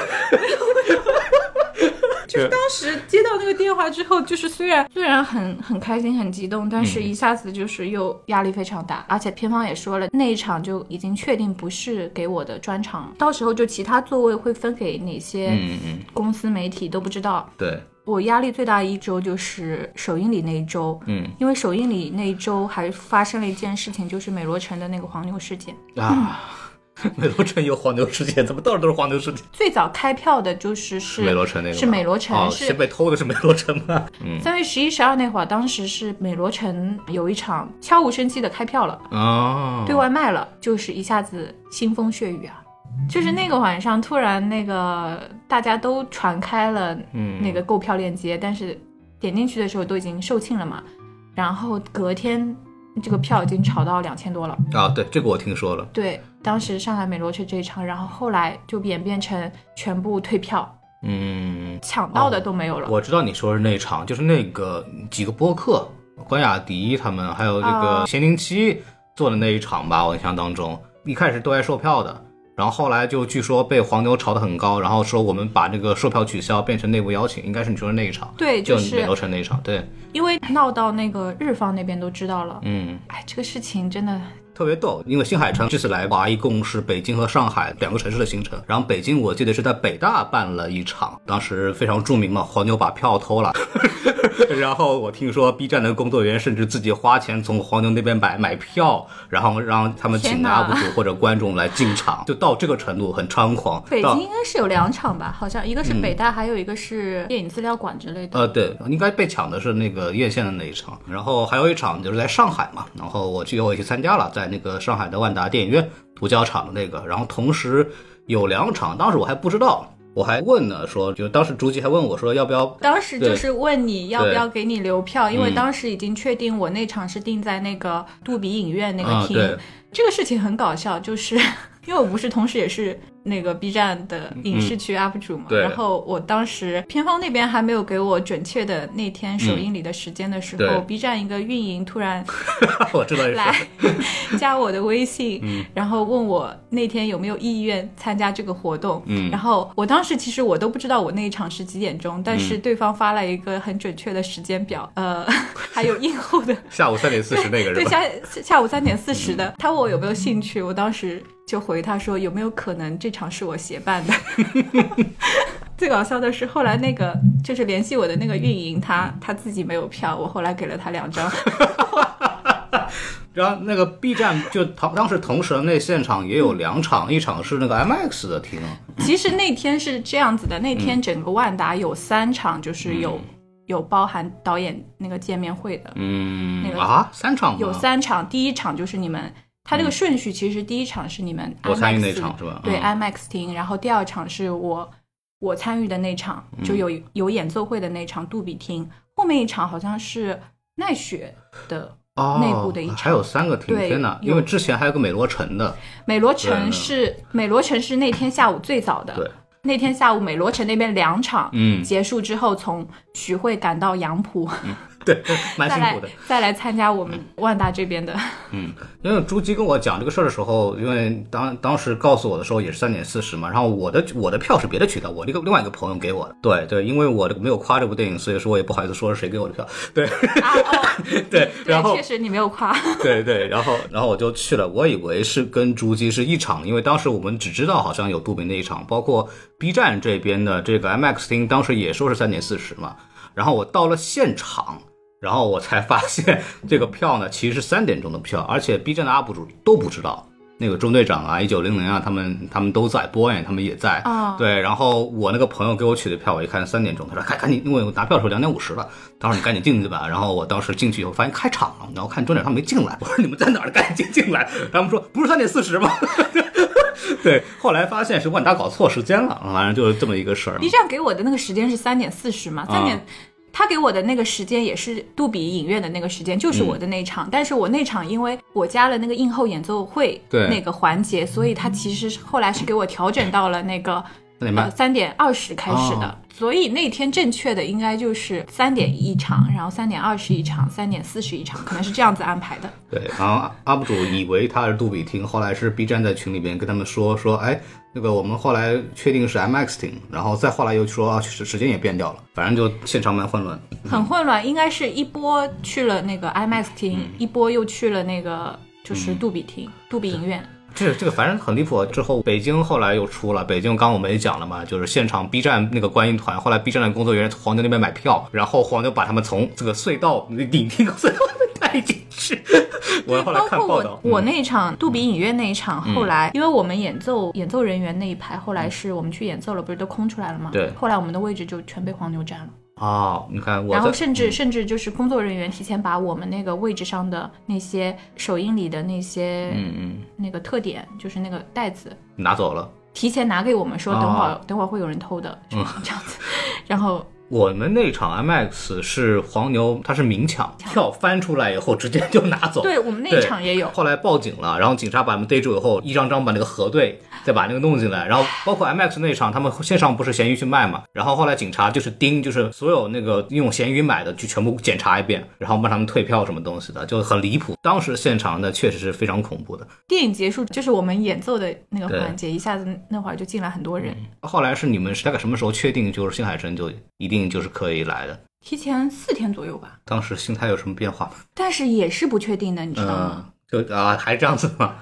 [SPEAKER 1] 这
[SPEAKER 2] 当时接到那个电话之后，就是虽然虽然很很开心很激动，但是
[SPEAKER 1] 嗯
[SPEAKER 2] 一下子就是又压力非常大，而且片方也说了，那一场就已经确定不是给我的专场，到时候就其他座位会分给哪些
[SPEAKER 1] 嗯嗯，
[SPEAKER 2] 公司媒体都不知道。
[SPEAKER 1] 对，
[SPEAKER 2] 我压力最大的一周就是首映礼那一周，
[SPEAKER 1] 嗯
[SPEAKER 2] 因为首映礼那一周还发生了一件事情，就是美罗城的那个黄牛事件。
[SPEAKER 1] 啊， 美罗城有黄牛事件，怎么到处都是黄牛事件？
[SPEAKER 2] 最早开票的就是是
[SPEAKER 1] 美罗城那个吗
[SPEAKER 2] 是美罗城、
[SPEAKER 1] 哦，
[SPEAKER 2] 是
[SPEAKER 1] 先被偷的是美罗城吗？嗯
[SPEAKER 2] 三月十一、十二那会儿，当时是美罗城有一场悄无声息的开票了，
[SPEAKER 1] 哦，
[SPEAKER 2] 对外卖了，就是一下子腥风血雨啊！就是那个晚上，突然那个大家都传开了
[SPEAKER 1] 嗯
[SPEAKER 2] 那个购票链接，但是点进去的时候都已经售罄了嘛，然后隔天这个票已经炒到两千多了。
[SPEAKER 1] 啊，对，这个我听说了。
[SPEAKER 2] 对，当时上海美罗城这一场，然后后来就演变成全部退票，
[SPEAKER 1] 嗯，
[SPEAKER 2] 抢到的都没有了。
[SPEAKER 1] 我知道你说是那场，就是那个几个播客，关雅迪他们，还有这个
[SPEAKER 2] 啊
[SPEAKER 1] 咸宁七做的那一场吧，我印象当中，一开始对外售票的，然后后来就据说被黄牛炒得很高，然后说我们把这个售票取消，变成内部邀请，应该是你说的那一场，
[SPEAKER 2] 对，
[SPEAKER 1] 就
[SPEAKER 2] 就
[SPEAKER 1] 美
[SPEAKER 2] 是
[SPEAKER 1] 罗城那一场，对，
[SPEAKER 2] 因为闹到那个日方那边都知道了。
[SPEAKER 1] 嗯。
[SPEAKER 2] 哎，这个事情真的
[SPEAKER 1] 特别逗，因为新海诚这次来华一共是北京和上海两个城市的行程，然后北京我记得是在北大办了一场，当时非常著名嘛，黄牛把票偷了。 然后我听说 B 站的工作人员甚至自己花钱从黄牛那边买买票，然后让他们请
[SPEAKER 2] 天
[SPEAKER 1] 的
[SPEAKER 2] 哪
[SPEAKER 1] UP 主或者观众来进场，就到这个程度，很猖狂。
[SPEAKER 2] 北
[SPEAKER 1] 到
[SPEAKER 2] 京应该是有两场吧，好像一个是北大，还有一个是电影资料馆之类的。
[SPEAKER 1] 嗯呃，对，应该被抢的是那个院线的那一场，然后还有一场就是在上海嘛，然后我记得我也去参加了，在那个上海的万达电影院独角场的那个，然后同时有两场，当时我还不知道，我还问呢，说就当时朱姬还问我说要不要，
[SPEAKER 2] 当时
[SPEAKER 1] 对
[SPEAKER 2] 就是问你要不
[SPEAKER 1] 对
[SPEAKER 2] 要给你留票，因为
[SPEAKER 1] 嗯
[SPEAKER 2] 当时已经确定我那场是定在那个杜比影院那
[SPEAKER 1] 啊
[SPEAKER 2] 个厅。
[SPEAKER 1] 对
[SPEAKER 2] 这个事情很搞笑，就是 因为我不是同时也是那个 B 站的影视区 UP 主嘛，
[SPEAKER 1] 嗯对
[SPEAKER 2] 然后我当时片方那边还没有给我准确的那天首映礼的时间的时候、
[SPEAKER 1] 嗯对
[SPEAKER 2] b 站一个运营突然
[SPEAKER 1] 我知道 你说
[SPEAKER 2] 来加我的微信，
[SPEAKER 1] 嗯
[SPEAKER 2] 然后问我那天有没有意愿参加这个活动。
[SPEAKER 1] 嗯
[SPEAKER 2] 然后我当时其实我都不知道我那一场是几点钟，但
[SPEAKER 1] 嗯
[SPEAKER 2] 是对方发了一个很准确的时间表， 呃，还有映后的
[SPEAKER 1] 下午三点四十那个
[SPEAKER 2] 对
[SPEAKER 1] 是吧？嗯
[SPEAKER 2] 下下午三点四十的，他问我有没有兴趣，我当时就回他说有没有可能这场是我协办的。 最搞笑的是，后来那个就是联系我的那个运营，他他自己没有票，我后来给了他两张。
[SPEAKER 1] 然后那个 B 站就当当时同时那现场也
[SPEAKER 2] 嗯
[SPEAKER 1] 有两场，一场是那个 MX 的厅，
[SPEAKER 2] 其实那天是这样子的，那天整个万达有三场，就是有、有包含导演那个见面会的，
[SPEAKER 1] 嗯
[SPEAKER 2] 那个
[SPEAKER 1] 啊三场吗
[SPEAKER 2] 有三场。第一场就是你们，它这个顺序其实第一场是你们 IMAX,
[SPEAKER 1] 嗯我参与那场是吧
[SPEAKER 2] 对
[SPEAKER 1] 嗯
[SPEAKER 2] ，IMAX 厅，然后第二场是我我参与的那场，
[SPEAKER 1] 嗯
[SPEAKER 2] 就有有演奏会的那场杜比厅，后面一场好像是奈雪的。
[SPEAKER 1] 哦
[SPEAKER 2] 内部的一场
[SPEAKER 1] 还有三个厅，
[SPEAKER 2] 对
[SPEAKER 1] 天哪！
[SPEAKER 2] 有
[SPEAKER 1] 因为之前还有个美罗城的，
[SPEAKER 2] 美罗
[SPEAKER 1] 对那
[SPEAKER 2] 城是美罗城是那天下午最早的，
[SPEAKER 1] 对，
[SPEAKER 2] 那天下午美罗城那边两场，
[SPEAKER 1] 嗯
[SPEAKER 2] 结束之后从徐汇赶到杨浦，
[SPEAKER 1] 对，蛮
[SPEAKER 2] 再
[SPEAKER 1] 辛
[SPEAKER 2] 来
[SPEAKER 1] 苦的。嗯
[SPEAKER 2] 再来参加我们万达这 边的，啊
[SPEAKER 1] 因为朱姬跟我讲这个事儿的时候，因为当当时告诉我的时候也是三点四十嘛，然后我的我的票是别的渠道，我另另外一个朋友给我的。对对，因为我这个没有夸这部电影，所以说我也不好意思说是谁给我的票。对
[SPEAKER 2] 啊哦，
[SPEAKER 1] 对，然
[SPEAKER 2] 对，
[SPEAKER 1] 后嗯
[SPEAKER 2] 确实你没有夸，
[SPEAKER 1] 对对，然后 然后我就去了，我以为是跟朱姬是一场，因为当时我们只知道好像有杜明的一场，包括 B 站这边的这个 MX 厅，当时也说是三点四十嘛，然后我到了现场。然后我才发现，这个票呢其实是三点钟的票， 而且 B 站的 UP 主都不知道，那个中队长啊、一九零零啊，他们他们都在，Boy 他们也在。
[SPEAKER 2] 哦
[SPEAKER 1] 对，然后我那个朋友给我取的票，我一看三点钟，他说赶赶紧，因为我拿票的时候两点五十了，他说你赶紧进去吧。然后我当时进去以后发现开场了，然后看中点他们没进来，我说你们在哪儿？赶紧进来。他们说不是三点四十吗？ 对，后来发现是万达搞错时间了，啊反正就是这么一个事儿嘛。
[SPEAKER 2] B 站给我的那个时间是三点四十
[SPEAKER 1] 嗯
[SPEAKER 2] 嘛，三点、他给我的那个时间也是杜比影院的那个时间，就是我的那一
[SPEAKER 1] 嗯
[SPEAKER 2] 场。但是我那场因为我加了那个映后演奏会
[SPEAKER 1] 对
[SPEAKER 2] 那个环节，所以他其实是后来是给我调整到了那个
[SPEAKER 1] 三点
[SPEAKER 2] 呃
[SPEAKER 1] 半，
[SPEAKER 2] 三点二十开始的。
[SPEAKER 1] 哦
[SPEAKER 2] 所以那天正确的应该就是三点一场，然后三点二十一场，三点四十一场，可能是这样子安 排的。
[SPEAKER 1] 对，然后 UP 主以为他是杜比厅，后来是 B 站在群里边跟他们说说，哎，那个我们后来确定是 MX 厅，然后再后来又说啊时时间也变掉了，反正就现场蛮混乱。
[SPEAKER 2] 很混乱，应该是一波去了那个 IMAX 厅，
[SPEAKER 1] 嗯
[SPEAKER 2] 一波又去了那个就是杜比厅、杜比影院。
[SPEAKER 1] 这这个反正很离谱。之后北京后来又出了，北京刚刚我们也讲了嘛，就是现场 B 站那个观音团，后来 B 站的工作人员从黄牛那边买票，然后黄牛把他们从这个隧道顶厅隧道带进去。 我后来
[SPEAKER 2] 包
[SPEAKER 1] 看
[SPEAKER 2] 括
[SPEAKER 1] 报道嗯
[SPEAKER 2] 我，我那一场杜比影院那一场，后来因为我们演
[SPEAKER 1] 嗯
[SPEAKER 2] 奏演奏人员那一排，后来是我们去演奏了，不是都空出来了吗？
[SPEAKER 1] 对
[SPEAKER 2] 后来我们的位置就全被黄牛占了，
[SPEAKER 1] 啊，你看我
[SPEAKER 2] 然后
[SPEAKER 1] 在。
[SPEAKER 2] 甚至甚至就是工作人员提前把我们那个位置上的那些首映礼的那些
[SPEAKER 1] 嗯嗯，
[SPEAKER 2] 那个特点，就是那个袋子，
[SPEAKER 1] 拿走了。
[SPEAKER 2] 提前拿给我们说，
[SPEAKER 1] 哦嗯
[SPEAKER 2] 等会儿等会儿会有人偷的，什么这样子，然后
[SPEAKER 1] 我们那场 MX 是黄牛，他是明抢，票翻出来以后直接就拿走。
[SPEAKER 2] 对我们那
[SPEAKER 1] 对
[SPEAKER 2] 一场也有。
[SPEAKER 1] 后来报警了，然后警察把他们逮住以后，一张张把那个核对，再把那个弄进来。然后包括 MX 那场，他们线上不是闲鱼去卖嘛，然后后来警察就是盯，就是所有那个用闲鱼买的就全部检查一遍，然后帮他们退票什么东西的，就很离谱。当时现场呢确实是非常恐怖的。
[SPEAKER 2] 电影结束就是我们演奏的那个环节，一下子那会儿就进来很多人，
[SPEAKER 1] 后来是你们是大概什么时候确定就是新海诚就一定就是可以来的？
[SPEAKER 2] 提前四天左右吧，
[SPEAKER 1] 当时心态有什么变化吗？
[SPEAKER 2] 但是也是不确定的，你知道吗？
[SPEAKER 1] 嗯，就啊还这样子吗？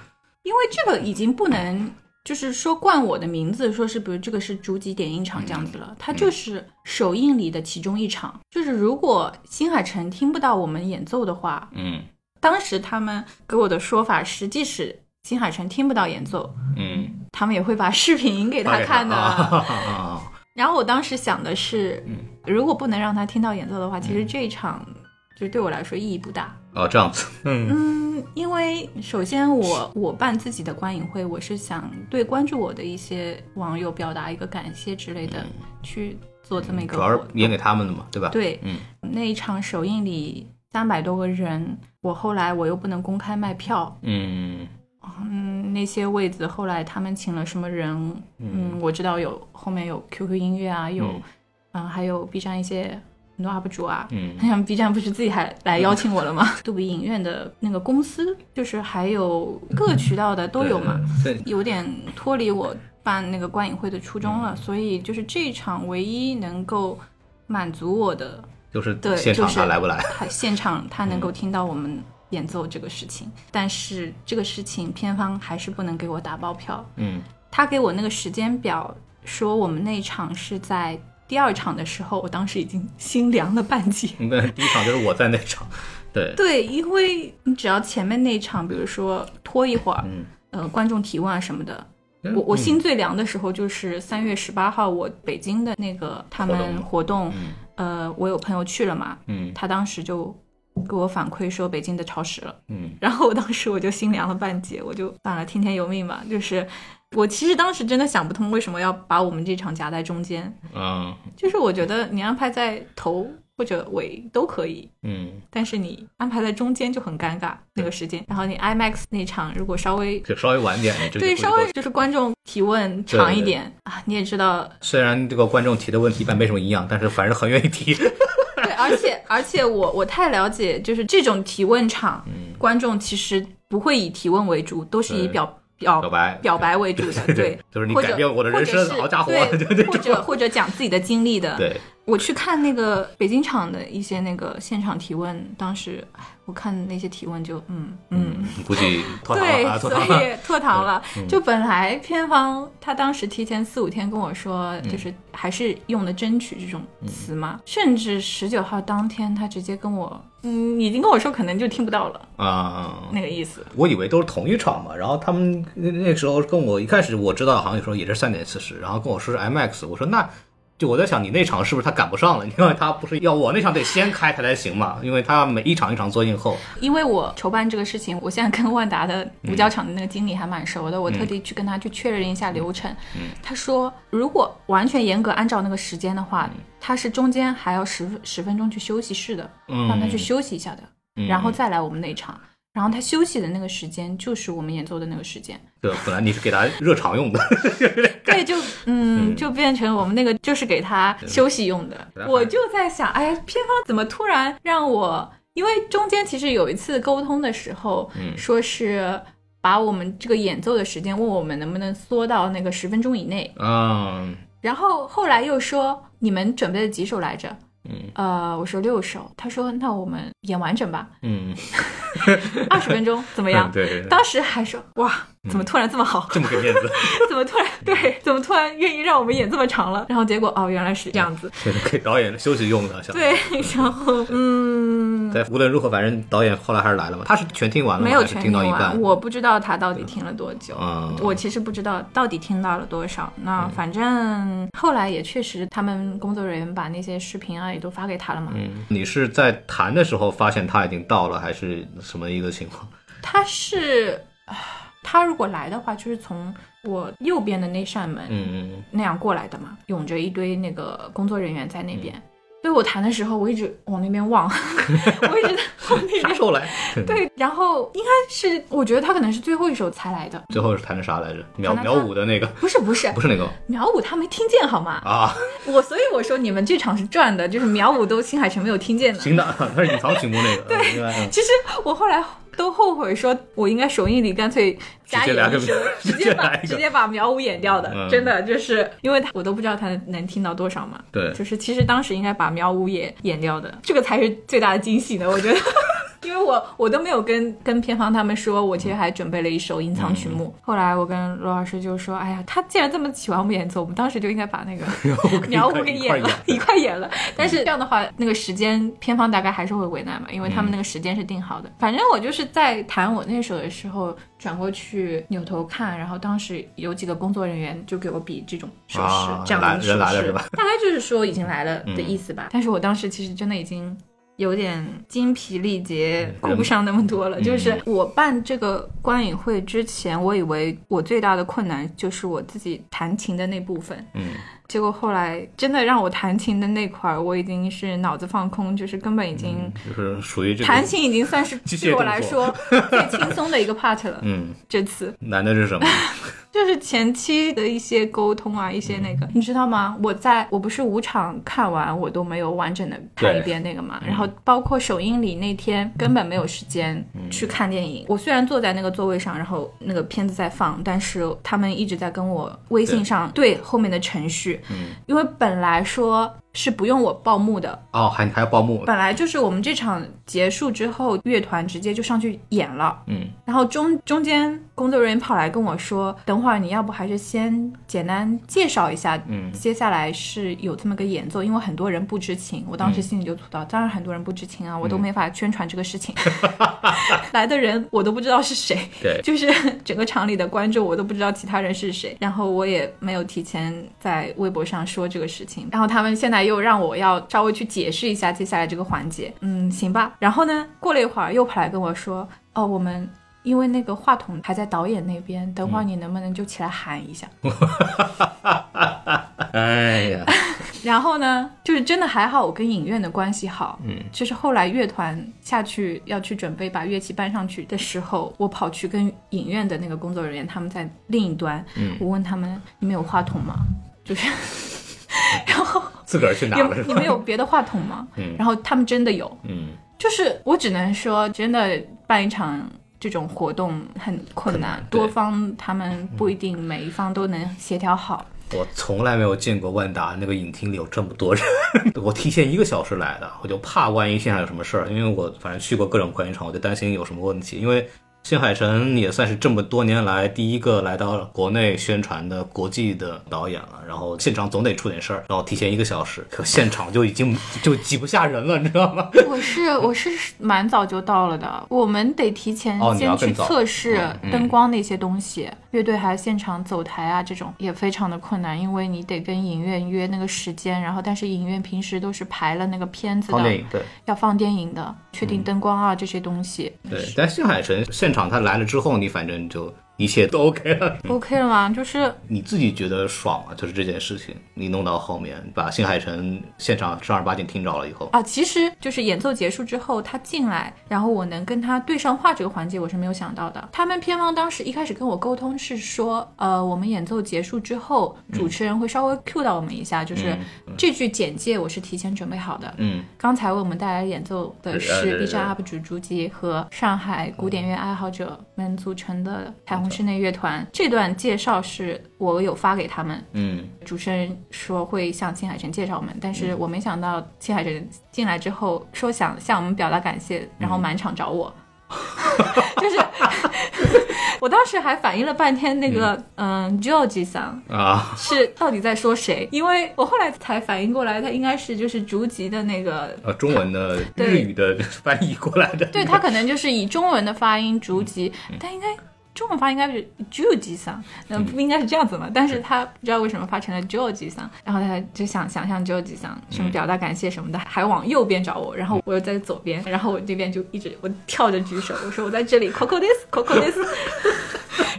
[SPEAKER 2] 因为这个已经不能就是说冠我的名字，说是比如这个是主几点映场这样子了，它就是首映礼的其中一场。就是如果新海诚听不到我们演奏的话，
[SPEAKER 1] 嗯
[SPEAKER 2] 当时他们给我的说法是，即使新海诚听不到演奏，
[SPEAKER 1] 嗯，
[SPEAKER 2] 他们也会把视频给
[SPEAKER 1] 发
[SPEAKER 2] 他
[SPEAKER 1] 给
[SPEAKER 2] 看的。
[SPEAKER 1] 啊
[SPEAKER 2] 然后我当时想的是，如果不能让他听到演奏的话，其实这一场就对我来说意义不大。
[SPEAKER 1] 哦这样子，嗯
[SPEAKER 2] 嗯，因为首先我我办自己的观影会，我是想对关注我的一些网友表达一个感谢之类的，去做这么一个
[SPEAKER 1] 嗯主
[SPEAKER 2] 活
[SPEAKER 1] 要是
[SPEAKER 2] 动。
[SPEAKER 1] 演给他们的嘛，对吧？
[SPEAKER 2] 对，
[SPEAKER 1] 嗯
[SPEAKER 2] 那一场首映礼三百多个人，我后来我又不能公开卖票，
[SPEAKER 1] 嗯。
[SPEAKER 2] 嗯，那些位子后来他们请了什么人？嗯，我知道有后面有 QQ 音乐啊，有，嗯、还有 B 站一些很多 UP 主啊。
[SPEAKER 1] 嗯
[SPEAKER 2] 像 B 站不是自己还来邀请我了吗？ 杜比影院的那个公司，就是还有各渠道的都有嘛，
[SPEAKER 1] 对？对，
[SPEAKER 2] 有点脱离我办那个观影会的初衷了。所以就是这一场唯一能够满足我的，
[SPEAKER 1] 就是
[SPEAKER 2] 对
[SPEAKER 1] 现场
[SPEAKER 2] 就是
[SPEAKER 1] 他来不来？
[SPEAKER 2] 他现场他能够听到我们演奏这个事情，但是这个事情片方还是不能给我打包票。
[SPEAKER 1] 嗯
[SPEAKER 2] 他给我那个时间表说我们那一场是在第二场的时候，我当时已经心凉了半截。
[SPEAKER 1] 嗯，那第一场就是我在那场，对，
[SPEAKER 2] 对，因为你只要前面那一场，比如说拖一会儿，
[SPEAKER 1] 嗯
[SPEAKER 2] 呃，观众提问啊什么的。我我心最凉的时候就是三月十八号，我北京的那个他
[SPEAKER 1] 活动
[SPEAKER 2] 们活动，
[SPEAKER 1] 嗯
[SPEAKER 2] 呃，我有朋友去了嘛，
[SPEAKER 1] 嗯
[SPEAKER 2] 他当时就给我反馈说北京的超时了，
[SPEAKER 1] 嗯
[SPEAKER 2] 然后我当时我就心凉了半截，我就算了，听天由命吧。就是我其实当时真的想不通为什么要把我们这场夹在中间，
[SPEAKER 1] 嗯
[SPEAKER 2] 就是我觉得你安排在头或者尾都可以，
[SPEAKER 1] 嗯，
[SPEAKER 2] 但是你安排在中间就很尴尬那个时间。然后你 IMAX 那场如果稍微
[SPEAKER 1] 就稍微晚点，这个
[SPEAKER 2] 对
[SPEAKER 1] 会
[SPEAKER 2] 稍微就是观众提问长一
[SPEAKER 1] 对对
[SPEAKER 2] 点啊，你也知道
[SPEAKER 1] 虽然这个观众提的问题一般没什么营养，但是反正很愿意提。
[SPEAKER 2] 对，而且 而且我我太了解，就是这种提问场，
[SPEAKER 1] 嗯
[SPEAKER 2] 观众其实不会以提问为主，都是以
[SPEAKER 1] 对
[SPEAKER 2] 表表
[SPEAKER 1] 表白
[SPEAKER 2] 表白为主的，对，
[SPEAKER 1] 就是你
[SPEAKER 2] 或者
[SPEAKER 1] 改变我的人生
[SPEAKER 2] 或者是
[SPEAKER 1] 好家伙 就这
[SPEAKER 2] 对，
[SPEAKER 1] 种
[SPEAKER 2] 或者或者讲自己的经历的，
[SPEAKER 1] 对，
[SPEAKER 2] 我去看那个北京场的一些那个现场提问，当时唉我看那些提问就嗯嗯，
[SPEAKER 1] 估计脱逃了
[SPEAKER 2] 对
[SPEAKER 1] 啊，， 脱
[SPEAKER 2] 所
[SPEAKER 1] 逃了。嗯
[SPEAKER 2] 以脱堂了。就本来片方他当时提前四五天跟我说，
[SPEAKER 1] 嗯
[SPEAKER 2] 就是还是用的“争取”这种词嘛，甚至十九号当天他直接跟我嗯已经跟我说可能就听不到了
[SPEAKER 1] 啊、
[SPEAKER 2] 那个意思。
[SPEAKER 1] 我以为都是同一场嘛，然后他们那那时候跟我一开始我知道好像有时候也是三点四十，然后跟我说是 IMAX，我说那就我在想你那场是不是他赶不上了，因为他不是要我那场得先开他才行嘛，因为他每一场一场做映后，
[SPEAKER 2] 因为我筹办这个事情，我现在跟万达的
[SPEAKER 1] 嗯
[SPEAKER 2] 五角场的那个经理还蛮熟的，我特地去跟他去确认了一下流程。
[SPEAKER 1] 嗯
[SPEAKER 2] 他说，如果完全严格按照那个时间的话，他是中间还要十十分钟去休息室的，
[SPEAKER 1] 嗯
[SPEAKER 2] 让他去休息一下的，然后再来我们那一场。然后他休息的那个时间就是我们演奏的那个时间，
[SPEAKER 1] 对，本来你是给他热场用的，
[SPEAKER 2] 对，就嗯，就变成我们那个就是给他休息用的
[SPEAKER 1] 对。
[SPEAKER 2] 我就在想，哎，片方怎么突然让我？因为中间其实有一次沟通的时候，说是把我们这个演奏的时间问我们能不能缩到那个十分钟以内，
[SPEAKER 1] 嗯
[SPEAKER 2] 然后后来又说你们准备了几首来着？
[SPEAKER 1] 嗯
[SPEAKER 2] 呃，我说六首，他说那我们演完整吧，
[SPEAKER 1] 嗯，？
[SPEAKER 2] 二十分钟怎么样
[SPEAKER 1] 对对嗯对
[SPEAKER 2] 当时还说哇，怎么突然这么好？
[SPEAKER 1] 这么给面子，
[SPEAKER 2] 怎么突然
[SPEAKER 1] 嗯
[SPEAKER 2] 对？怎么突然愿意让我们演这么长了？然后结果哦，原来是这样 子。
[SPEAKER 1] 对给导演休息用的，想
[SPEAKER 2] 对，然后嗯，
[SPEAKER 1] 对，无论如何，反正导演后来还是来了嘛，他是全听完了吗，
[SPEAKER 2] 没有
[SPEAKER 1] 还是
[SPEAKER 2] 全
[SPEAKER 1] 听到一半
[SPEAKER 2] 完，，我不知道他到底听了多久。
[SPEAKER 1] 嗯
[SPEAKER 2] 我其实不知道到底听到了多少。那反正后来也确实，他们工作人员把那些视频啊也都发给他了嘛。
[SPEAKER 1] 嗯，你是在谈的时候发现他已经到了，还是什么一个情况？
[SPEAKER 2] 他是啊他如果来的话，就是从我右边的那扇门，
[SPEAKER 1] 嗯嗯
[SPEAKER 2] 那样过来的嘛，涌着一堆那个工作人员在那边。所以我弹的时候，我一直往那边望， 我一直在往那
[SPEAKER 1] 嗯，啥
[SPEAKER 2] 边。
[SPEAKER 1] 时候来？
[SPEAKER 2] 对，然后应该是，我觉得他可能是最后一首才来的，
[SPEAKER 1] 最后是谈的啥来着？秒
[SPEAKER 2] 谈的
[SPEAKER 1] 秒
[SPEAKER 2] 啥
[SPEAKER 1] 舞的那个，
[SPEAKER 2] 不是不是
[SPEAKER 1] 不，是那个
[SPEAKER 2] 苗舞他没听见好吗？
[SPEAKER 1] 啊，
[SPEAKER 2] 我所以我说你们这场是赚的，就是苗舞都新海诚没有听见的。
[SPEAKER 1] 行的，他是隐藏曲目那个，对，应该嗯
[SPEAKER 2] 其实我后来都后悔说，我应该首映里干脆加
[SPEAKER 1] 直接来
[SPEAKER 2] 演
[SPEAKER 1] 个
[SPEAKER 2] 一首，直
[SPEAKER 1] 直接
[SPEAKER 2] 接把
[SPEAKER 1] 来一个
[SPEAKER 2] 直接把苗舞演掉的，
[SPEAKER 1] 嗯
[SPEAKER 2] 真的就是因为他我都不知道他能听到多少嘛。
[SPEAKER 1] 对
[SPEAKER 2] 就是其实当时应该把苗舞也演掉的，这个才是最大的惊喜呢，我觉得。因为我我都没有跟跟片方他们说，我其实还准备了一首隐藏曲
[SPEAKER 1] 嗯
[SPEAKER 2] 目。后来我跟罗老师就说：“哎呀，他既然这么喜欢我们演奏，我们当时就应该把那个苗舞给
[SPEAKER 1] 一块
[SPEAKER 2] 演了，一块 演了。但是这样的话，那个时间片方大概还是会为难嘛，因为
[SPEAKER 1] 嗯
[SPEAKER 2] 他们那个时间是定好的。反正我就是在弹我那首的时候，转过去扭头看，然后当时有几个工作人员就给我比这种手势，
[SPEAKER 1] 啊
[SPEAKER 2] 这样的
[SPEAKER 1] 来
[SPEAKER 2] 手势，
[SPEAKER 1] 人来了是吧？嗯
[SPEAKER 2] 大概就是说已经来了的意思吧。但是我当时其实真的已经。有点精疲力竭，
[SPEAKER 1] 嗯
[SPEAKER 2] 顾不上那么多了。 就是我办这个观影会之前，我以为我最大的困难就是我自己弹琴的那部分，
[SPEAKER 1] 嗯，
[SPEAKER 2] 结果后来真的让我弹琴的那块儿，我已经是脑子放空，就是根本已经、
[SPEAKER 1] 就是属于这
[SPEAKER 2] 弹
[SPEAKER 1] 个，
[SPEAKER 2] 琴已经算是
[SPEAKER 1] 嗯 机械
[SPEAKER 2] 对我
[SPEAKER 1] 动
[SPEAKER 2] 来
[SPEAKER 1] 作
[SPEAKER 2] 说最轻松的一个 part 了。
[SPEAKER 1] 嗯，
[SPEAKER 2] 这次
[SPEAKER 1] 难的是什么？
[SPEAKER 2] 就是前期的一些沟通啊，一些那
[SPEAKER 1] 嗯
[SPEAKER 2] 个，你知道吗？我在我不是五场看完，我都没有完整的看
[SPEAKER 1] 对嗯
[SPEAKER 2] 一遍那个嘛。然后包括首映礼那天，根本没有时间
[SPEAKER 1] 嗯
[SPEAKER 2] 去看电影。我虽然坐在那个座位上，然后那个片子在放，但是他们一直在跟我微信
[SPEAKER 1] 对
[SPEAKER 2] 上对后面的程序，
[SPEAKER 1] 嗯，
[SPEAKER 2] 因为本来说是不用我报幕的，
[SPEAKER 1] 哦，还还要报幕，
[SPEAKER 2] 本来就是我们这场结束之后，乐团直接就上去演了。
[SPEAKER 1] 嗯
[SPEAKER 2] 然后中中间工作人员跑来跟我说，等会儿你要不还是先简单介绍一下，
[SPEAKER 1] 嗯
[SPEAKER 2] 接下来是有这么个演奏，因为很多人不知情，我
[SPEAKER 1] 嗯
[SPEAKER 2] 当时心里就吐槽，当然很多人不知情啊，我都没法宣传这个 事情，来的人我都不知道是谁，
[SPEAKER 1] 对
[SPEAKER 2] 就是 整个场里的观众我都不知道其他人是谁，然后我也没有提前在微博上说这个事情，然后他们现在又让我要稍微去解释一下接下来这个环节，嗯，行吧，然后呢，过了一会儿又跑来跟我说，哦，我们。因为那个话筒还在导演那
[SPEAKER 1] 嗯
[SPEAKER 2] 边，等会儿你能不能就起来喊一下？
[SPEAKER 1] 哎呀，
[SPEAKER 2] 然后呢，就是真的还好，我跟影院的关系好。嗯，就是后来乐团下去要去准备把乐器搬上去的时候，我跑去跟影院的那个工作人员，他们在
[SPEAKER 1] 嗯
[SPEAKER 2] 另一端，我问他们：“你们有话筒吗？”就是，然后
[SPEAKER 1] 自个儿去拿嗯
[SPEAKER 2] 你
[SPEAKER 1] 了
[SPEAKER 2] 们
[SPEAKER 1] 是
[SPEAKER 2] 你
[SPEAKER 1] 吧？
[SPEAKER 2] 们有别的话筒吗？
[SPEAKER 1] 嗯
[SPEAKER 2] 然后他们真的有，
[SPEAKER 1] 嗯，
[SPEAKER 2] 就是我只能说，真的办一场这种活动很困难，
[SPEAKER 1] 对嗯
[SPEAKER 2] 多方他们不一定每一方都能协调好。
[SPEAKER 1] 我从来没有见过万达那个影厅里有这么多人。 我提前一个小时来的，我就怕万一现场有什么事儿，因为我反正去过各种观影场，我就担心有什么问题。因为新海诚也算是这么多年来第一个来到国内宣传的国际的导演了，然后现场总得出点事儿，然后提前一个小时，可现场就已经就挤不下人了，你知道吗？
[SPEAKER 2] 我是我是蛮早就到了的，我们得提前
[SPEAKER 1] 哦你要更
[SPEAKER 2] 先去
[SPEAKER 1] 早嗯
[SPEAKER 2] 测试灯光那些东西，乐队还有现场走台啊这种也非常的困难，因为你得跟影院约那个时间，然后但是影院平时都是排了那个片子
[SPEAKER 1] 放电
[SPEAKER 2] 的，
[SPEAKER 1] 影对。
[SPEAKER 2] 要放电影的，确定灯光啊、这些东西。
[SPEAKER 1] 对，但新海诚现场他来了之后，你反正就一切都 OK 了。
[SPEAKER 2] OK 了吗？就是
[SPEAKER 1] 你自己觉得爽啊，就是这件事情，你弄到后面把新海诚现场正儿八经听着了以后，
[SPEAKER 2] 啊，其实就是演奏结束之后，他进来，然后我能跟他对上话这个环节，我是没有想到的。他们片方当时一开始跟我沟通是说，呃，我们演奏结束之后，
[SPEAKER 1] 嗯
[SPEAKER 2] 主持人会稍微 cue 到我们一下，就是这句简介我是提前准备好的。
[SPEAKER 1] 嗯，
[SPEAKER 2] 刚才为我们带来演奏的
[SPEAKER 1] 对对
[SPEAKER 2] 是
[SPEAKER 1] 对
[SPEAKER 2] B 站 UP 主朱吉和上海古典乐爱好者们组成的彩虹室内乐团。这段介绍是我有发给他们，
[SPEAKER 1] 嗯，
[SPEAKER 2] 主持人说会向新海诚介绍我们，但是我没想到新海诚进来之后说想向我们表达感谢，然后满场找我， 就是我当时还反应了半天，那个嗯 George 桑、
[SPEAKER 1] 啊，
[SPEAKER 2] 是到底在说谁？因为我后来才反应过来，他应该是就是竹吉的那个。
[SPEAKER 1] 呃，中文的、
[SPEAKER 2] 对
[SPEAKER 1] 日语的翻译过来的， 啊
[SPEAKER 2] 对他可能就是以中文的发音竹吉，但应该中文发音应该是 George 桑，那不应该是这样子嘛？但是他不知道为什么发成了 George 桑，然后他就想想象 George 桑什么表达感谢什么的，还往右边找我，然后我又在左边，然后我这边就一直我跳着举手，我说我在这里 Coco this，Coco this，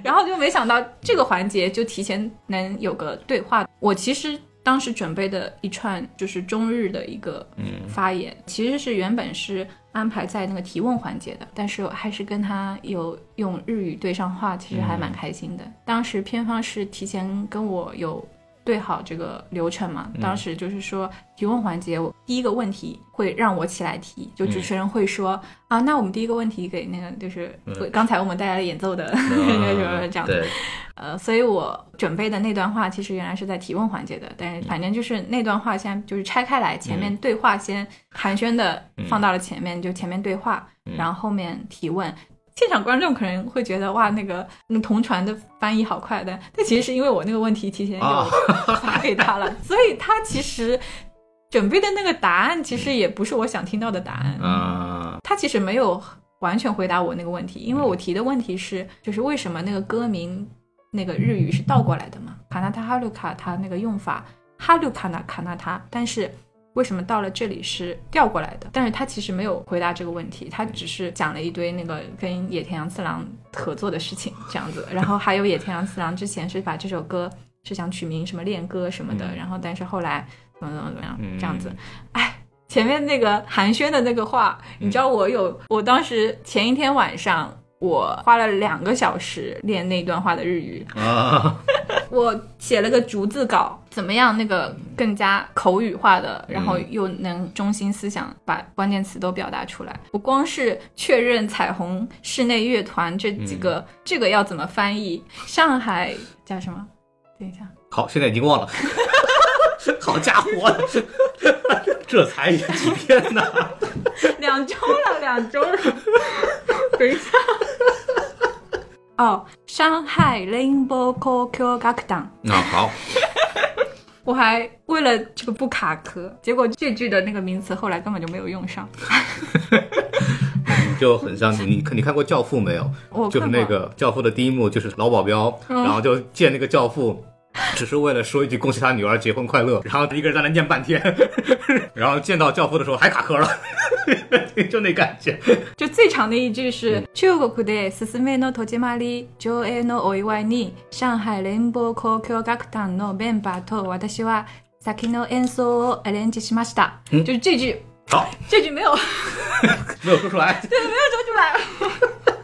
[SPEAKER 2] 然后就没想到这个环节就提前能有个对话。我其实当时准备的一串就是中日的一个发言，其实是原本是安排在那个提问环节的，但是我还是跟他有用日语对上话，其实还蛮开心的。当时片方是提前跟我有。对好这个流程嘛，当时就是说提问环节，我第一个问题会让我起来提，就主持人会说、啊，那我们第一个问题给那个就是、刚才我们带来演奏的 那个什么这样子，
[SPEAKER 1] 嗯对，
[SPEAKER 2] 呃，所以我准备的那段话其实原来是在提问环节的，但
[SPEAKER 1] 嗯
[SPEAKER 2] 是反正就是那段话现在就是拆开来，前面对话先寒暄的
[SPEAKER 1] 嗯
[SPEAKER 2] 放到了前面，就前面对话，然后后面提问。现场观众可能会觉得哇，那个那同传的翻译好快，但但其实是因为我那个问题提前
[SPEAKER 1] 啊
[SPEAKER 2] 有发给他了， 所以他其实准备的那个答案其实也不是我想听到的答案。
[SPEAKER 1] 啊，
[SPEAKER 2] 他其实没有完全回答我那个问题，因为我提的问题是，就是为什么那个歌名那个日语是倒过来的嘛？卡纳塔哈鲁卡它那个用法哈鲁卡纳卡纳塔，但是为什么到了这里是调过来的？但是他其实没有回答这个问题，他只是讲了一堆那个跟野田洋次郎合作的事情这样子，然后还有野田洋次郎之前是把这首歌是想取名什么恋歌什么的，然后但是后来怎么怎么怎么样嗯这样子，哎。前面那个寒暄的那个话，你知道我有，我当时前一天晚上我花了两个小时练那段话的日语，
[SPEAKER 1] 啊，
[SPEAKER 2] 我写了个逐字稿，怎么样那个更加口语化的，然后又能中心思想把关键词都表达出来。我光是确认彩虹室内乐团这几个，这个要怎么翻译？上海叫什么？等一下，
[SPEAKER 1] 好，现在已经忘了， 好家伙， 这才几天呢，
[SPEAKER 2] 两周了，两周了。等一下。哦，上海 Rainbow QQ 乐堂，
[SPEAKER 1] 那好，
[SPEAKER 2] 我还为了这个不卡壳，结果这句的那个名词后来根本就没有用上。
[SPEAKER 1] 你就很像你，你你看过《教父》没有？
[SPEAKER 2] 我
[SPEAKER 1] 就是
[SPEAKER 2] 看
[SPEAKER 1] 那
[SPEAKER 2] 过嗯
[SPEAKER 1] 个《教父》的第一幕，就是老保镖，然后就见那个教父，只是为了说一句恭喜他女儿结婚快乐，然后一个人在那念半天， 然后见到教父的时候还卡壳了， 就那感觉。
[SPEAKER 2] 就最长的一句是“中国で進めの戸締まり上映のお祝いに上海連邦交響楽団のメンバーと私は先の演奏をアレンジしました”，就是这句，
[SPEAKER 1] 好，
[SPEAKER 2] 这句没有。
[SPEAKER 1] 没有说出来。
[SPEAKER 2] 对，没有说出来。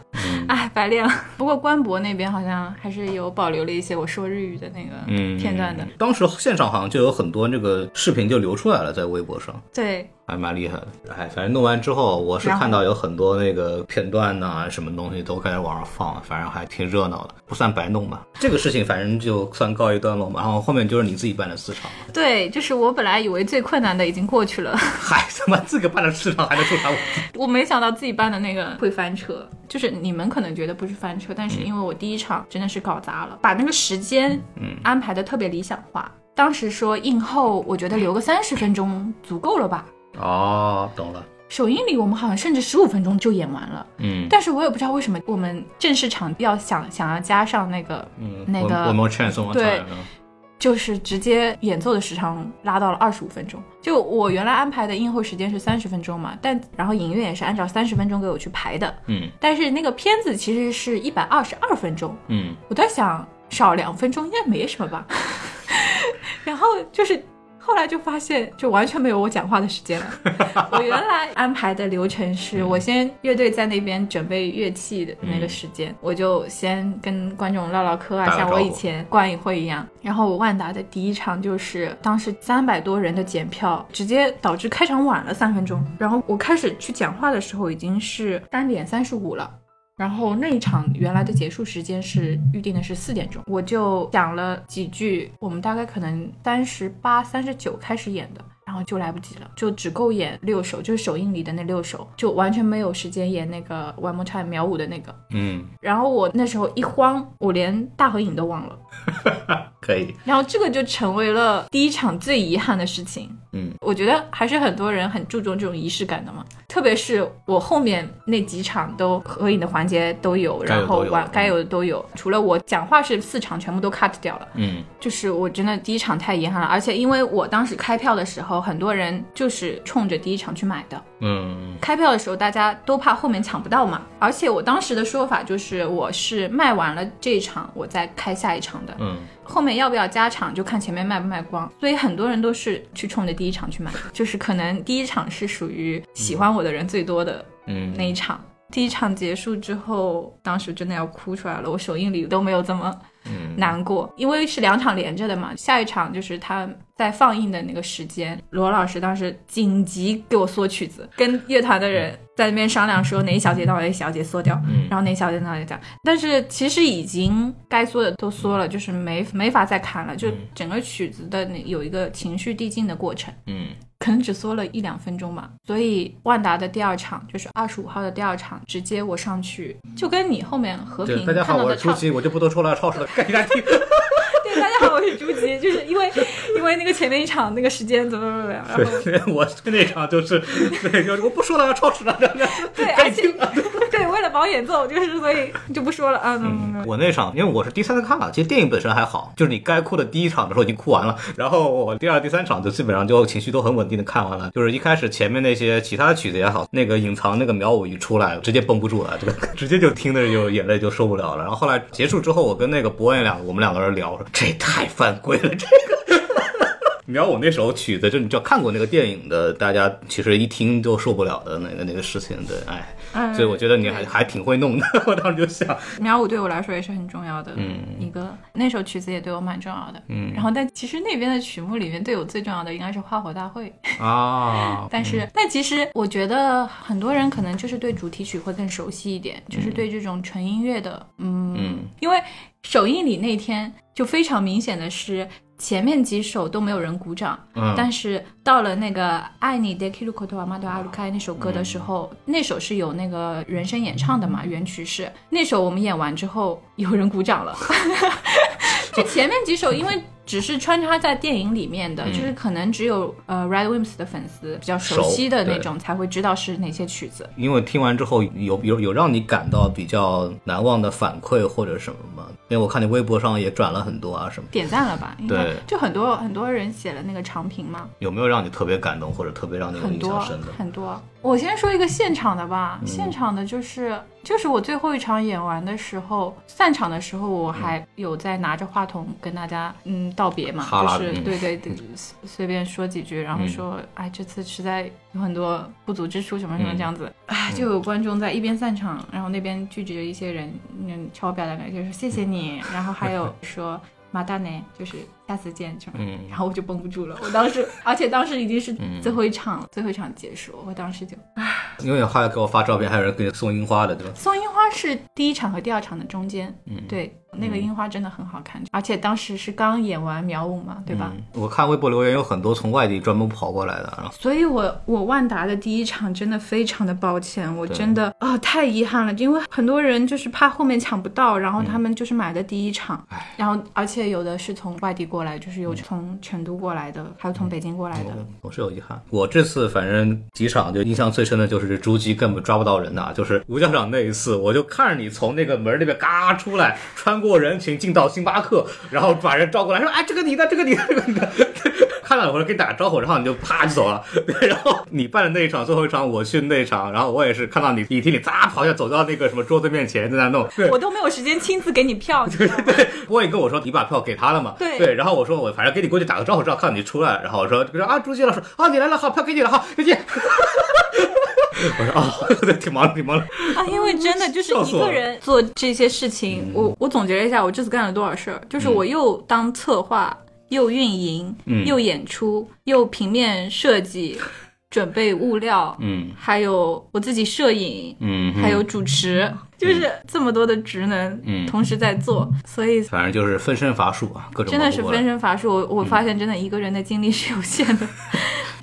[SPEAKER 2] 哎，白练了。不过官博那边好像还是有保留了一些我说日语的那
[SPEAKER 1] 嗯
[SPEAKER 2] 个片段的。
[SPEAKER 1] 当时现场好像就有很多那个视频就流出来了，在微博上。
[SPEAKER 2] 对，
[SPEAKER 1] 还蛮厉害的。哎，反正弄完之后，我是
[SPEAKER 2] 然后
[SPEAKER 1] 看到有很多那个片段呐、什么东西都开始往上放，反正还挺热闹的，不算白弄吧。这个事情反正就算告一段落嘛。然后后面就是你自己办的私场，
[SPEAKER 2] 对，就是我本来以为最困难的已经过去了，
[SPEAKER 1] 嗨，他妈自个办的市场还能出啥问题？
[SPEAKER 2] 我没想到自己办的那个会翻车，就是你们可能觉得不是翻车，但是因为我第一场真的是搞砸了，把那个时间安排的特别理想化。当时说映后，我觉得留个三十分钟足够了吧。
[SPEAKER 1] 哦，懂了，
[SPEAKER 2] 首映里我们好像甚至十五分钟就演完了，
[SPEAKER 1] 嗯
[SPEAKER 2] 但是我也不知道为什么我们正式场要想想要加上那个，
[SPEAKER 1] 嗯，
[SPEAKER 2] 那个
[SPEAKER 1] 我们 chance one more
[SPEAKER 2] 对
[SPEAKER 1] time，嗯
[SPEAKER 2] 就是直接演奏的时长拉到了二十五分钟。就我原来安排的映后时间是三十分钟嘛，但然后影院也是按照三十分钟给我去排的，
[SPEAKER 1] 嗯
[SPEAKER 2] 但是那个片子其实是一百二十二分钟，
[SPEAKER 1] 嗯，
[SPEAKER 2] 我在想少两分钟应该没什么吧。 然后就是后来就发现，就完全没有我讲话的时间了。我原来安排的流程
[SPEAKER 1] 嗯
[SPEAKER 2] 是我先乐队在那边准备乐器的那个时间，我就先跟观众唠唠嗑啊，
[SPEAKER 1] 打个
[SPEAKER 2] 像
[SPEAKER 1] 招
[SPEAKER 2] 我
[SPEAKER 1] 呼
[SPEAKER 2] 以前观影会一样。然后我万达的第一场就是当时三百多人的检票，直接导致开场晚了三分钟。然后我开始去讲话的时候已经是三点三十五了。然后那一场原来的结束时间是预定的是四点钟，我就讲了几句，我们大概可能三十八、三十九开始演的，然后就来不及了，就只够演六首，就是首映里的那六首，就完全没有时间演那个 One More Time 秒舞的那个。
[SPEAKER 1] 嗯，
[SPEAKER 2] 然后我那时候一慌，我连大合影都忘了，
[SPEAKER 1] 可以，
[SPEAKER 2] 然后这个就成为了第一场最遗憾的事情。
[SPEAKER 1] 嗯，
[SPEAKER 2] 我觉得还是很多人很注重这种仪式感的嘛，特别是我后面那几场都合影的环节都有，
[SPEAKER 1] 该有
[SPEAKER 2] 然后
[SPEAKER 1] 都有
[SPEAKER 2] 完
[SPEAKER 1] 嗯
[SPEAKER 2] 该有的都有，除了我讲话是四场全部都 cut 掉了，
[SPEAKER 1] 嗯
[SPEAKER 2] 就是我真的第一场太遗憾了，而且因为我当时开票的时候，很多人就是冲着第一场去买的，
[SPEAKER 1] 嗯
[SPEAKER 2] 开票的时候大家都怕后面抢不到嘛，而且我当时的说法就是我是卖完了这一场，我再开下一场的，
[SPEAKER 1] 嗯，
[SPEAKER 2] 后面要不要加场就看前面卖不卖光，所以很多人都是去冲着第一场去买，就是可能第一场是属于喜欢我的人最多的
[SPEAKER 1] 嗯
[SPEAKER 2] 那一场。第一场结束之后，当时真的要哭出来了，我首映里都没有这么
[SPEAKER 1] 嗯
[SPEAKER 2] 难过，因为是两场连着的嘛。下一场就是他在放映的那个时间，罗老师当时紧急给我缩曲子，跟乐团的人在那边商量说哪一小节到哪一小节缩掉，
[SPEAKER 1] 嗯
[SPEAKER 2] 然后哪一小节到哪一小节。但是其实已经该缩的都缩了，就是没没法再砍了，就
[SPEAKER 1] 嗯
[SPEAKER 2] 整个曲子的那有一个情绪递进的过程。
[SPEAKER 1] 嗯
[SPEAKER 2] 可能只缩了一两分钟吧。所以万达的第二场就是二十五号的第二场，直接我上去就跟你后面和
[SPEAKER 1] 对，
[SPEAKER 2] 平
[SPEAKER 1] 大
[SPEAKER 2] 看
[SPEAKER 1] 家好，
[SPEAKER 2] 到
[SPEAKER 1] 我
[SPEAKER 2] 的
[SPEAKER 1] 是朱
[SPEAKER 2] 唱，
[SPEAKER 1] 奇，我就不多说了，超时了，赶紧来听。
[SPEAKER 2] 对，大家好，我是朱吉，就是因 为因为那个前面一场那个时间怎么怎么怎么样，然后
[SPEAKER 1] 对， 我那场就是，对，就是我不说了，要超时了。
[SPEAKER 2] 对，而且对，为了保演奏，就是所以就不说了啊，嗯，
[SPEAKER 1] 我那场，因为我是第三次看了，其实电影本身还好，就是你该哭的第一场的时候已经哭完了， 然后我第二、第三场就基本上就情绪都很稳定的看完了。就是一开始前面那些其他的曲子也好，那个隐藏那个秒舞一出来，直接绷不住了，这个 直接就听着就眼泪就受不了了。然后后来结束之后，我跟那个博恩俩，我们两个人聊，我说这也太犯规了，这个。秒我那首曲子，就你只要看过那个电影的，大家其实一听就受不了的那个那个事情，对，哎，
[SPEAKER 2] 嗯
[SPEAKER 1] 所以我觉得你还
[SPEAKER 2] 对
[SPEAKER 1] 还挺会弄的， 我当时就想，
[SPEAKER 2] 苗舞对我来说也是很重要的
[SPEAKER 1] 嗯
[SPEAKER 2] 一个，那首曲子也对我蛮重要的，嗯，然后但其实那边的曲目里面对我最重要的应该是花火大会，
[SPEAKER 1] 啊，
[SPEAKER 2] 但是，但其实我觉得很多人可能就是对主题曲会更熟悉一点，就是对这种纯音乐的，嗯，
[SPEAKER 1] 嗯
[SPEAKER 2] 因为首映礼那天就非常明显的是前面几首都没有人鼓掌，
[SPEAKER 1] 嗯
[SPEAKER 2] 但是到了那个《爱你 d e k i r u k o t o a m a d o a r u k a i 那首歌的时候，
[SPEAKER 1] 嗯
[SPEAKER 2] 那首是有那个人声演唱的嘛，原曲是那首我们演完之后有人鼓 掌了，就前面几首因为。只是穿插在电影里面
[SPEAKER 1] 嗯
[SPEAKER 2] 的，就是可能只有呃 Red Wimps 的粉丝比较熟
[SPEAKER 1] 熟
[SPEAKER 2] 悉的那
[SPEAKER 1] 对
[SPEAKER 2] 种才会知道是哪些曲子。
[SPEAKER 1] 因为听完之后有有有让你感到比较难忘的反馈或者什么吗？因为我看你微博上也转了很多啊什么，
[SPEAKER 2] 点赞了吧？应该
[SPEAKER 1] 对
[SPEAKER 2] 就很多很多人写了那个长评嘛，
[SPEAKER 1] 有没有让你特别感动或者特别让你有
[SPEAKER 2] 很
[SPEAKER 1] 印
[SPEAKER 2] 多
[SPEAKER 1] 象深的？嗯
[SPEAKER 2] 很多。我先说一个现场的吧，现场的就是就是我最后一场演完的时候，散场的时候，我还有在拿着话筒跟大家嗯道别
[SPEAKER 1] 嗯
[SPEAKER 2] 嘛
[SPEAKER 1] 哈，拉
[SPEAKER 2] 就是
[SPEAKER 1] 嗯
[SPEAKER 2] 对对对，随随便说几句，然后说哎这次实在有很多不足之处什么什么
[SPEAKER 1] 嗯
[SPEAKER 2] 这样子，哎就有观众在一边散场，然后那边拒绝一些人，嗯朝我表达感谢说谢 谢你，然后还有说马大内就是下次见什么。
[SPEAKER 1] 嗯，
[SPEAKER 2] 然后我就绷不住了，我当时，而且当时已经是最后一场，最后一场结束，我当时就
[SPEAKER 1] 因为还有给我发照片，还有人给你送樱花的，对吧？
[SPEAKER 2] 送樱花是第一场和第二场的中间，
[SPEAKER 1] 嗯
[SPEAKER 2] 对，那个樱花真的很好看，而且当时是刚演完苗舞嘛，对吧？
[SPEAKER 1] 嗯我看微博留言有很多从外地专门跑过来的，啊然后
[SPEAKER 2] 所以我，我万达的第一场真的非常的抱歉，我真的啊、太遗憾了，因为很多人就是怕后面抢不到，然
[SPEAKER 1] 嗯
[SPEAKER 2] 后他们就是买的第一场，然后而且有的是从外地过来，就是
[SPEAKER 1] 嗯
[SPEAKER 2] 有从成都过来的，还有从北京过来的，
[SPEAKER 1] 总是有遗憾。我这次反正几场就印象最深的就是朱姬根本抓不到人呐、就是吴校长那一次，我就看着你从那个门那边嘎出来，穿过人群进到星巴克，然后把人招过来说：“哎，这个你的，这个你的，这个你的。” 看到我说给你打个招呼，然后你就啪就走了。 然后你办的那一场最后一场，我去那一场，然后我也是看到你，你听你咋跑下走到那个什么桌子面前在那弄，对，
[SPEAKER 2] 我都没有时间亲自给你票，你知道吗？
[SPEAKER 1] 我也跟我说你把票给他了嘛，
[SPEAKER 2] 对
[SPEAKER 1] 然后我说我反正给你过去打个招呼，正好看到你出来，然后我说就说啊朱姬老师啊你来了，好票给你了，好再见。 我说啊、对，挺忙的，挺忙的。
[SPEAKER 2] 啊，因为真的就是
[SPEAKER 1] 嗯笑死我
[SPEAKER 2] 一个
[SPEAKER 1] 了嗯
[SPEAKER 2] 人做这些事情，我我总结了一下，我这次干了多少事儿，就是我又当策划，又运营，
[SPEAKER 1] 嗯
[SPEAKER 2] 又演出，又平面设计，准备物料，
[SPEAKER 1] 嗯
[SPEAKER 2] 还有我自己摄影，
[SPEAKER 1] 嗯
[SPEAKER 2] 还有主持，就是这么多的职能，
[SPEAKER 1] 嗯
[SPEAKER 2] 同时在做，所以
[SPEAKER 1] 反正就是分身乏术啊，各种
[SPEAKER 2] 真的是
[SPEAKER 1] 忙不过来
[SPEAKER 2] 分身乏术。我
[SPEAKER 1] 嗯
[SPEAKER 2] 我发现真的一个人的精力是有限的。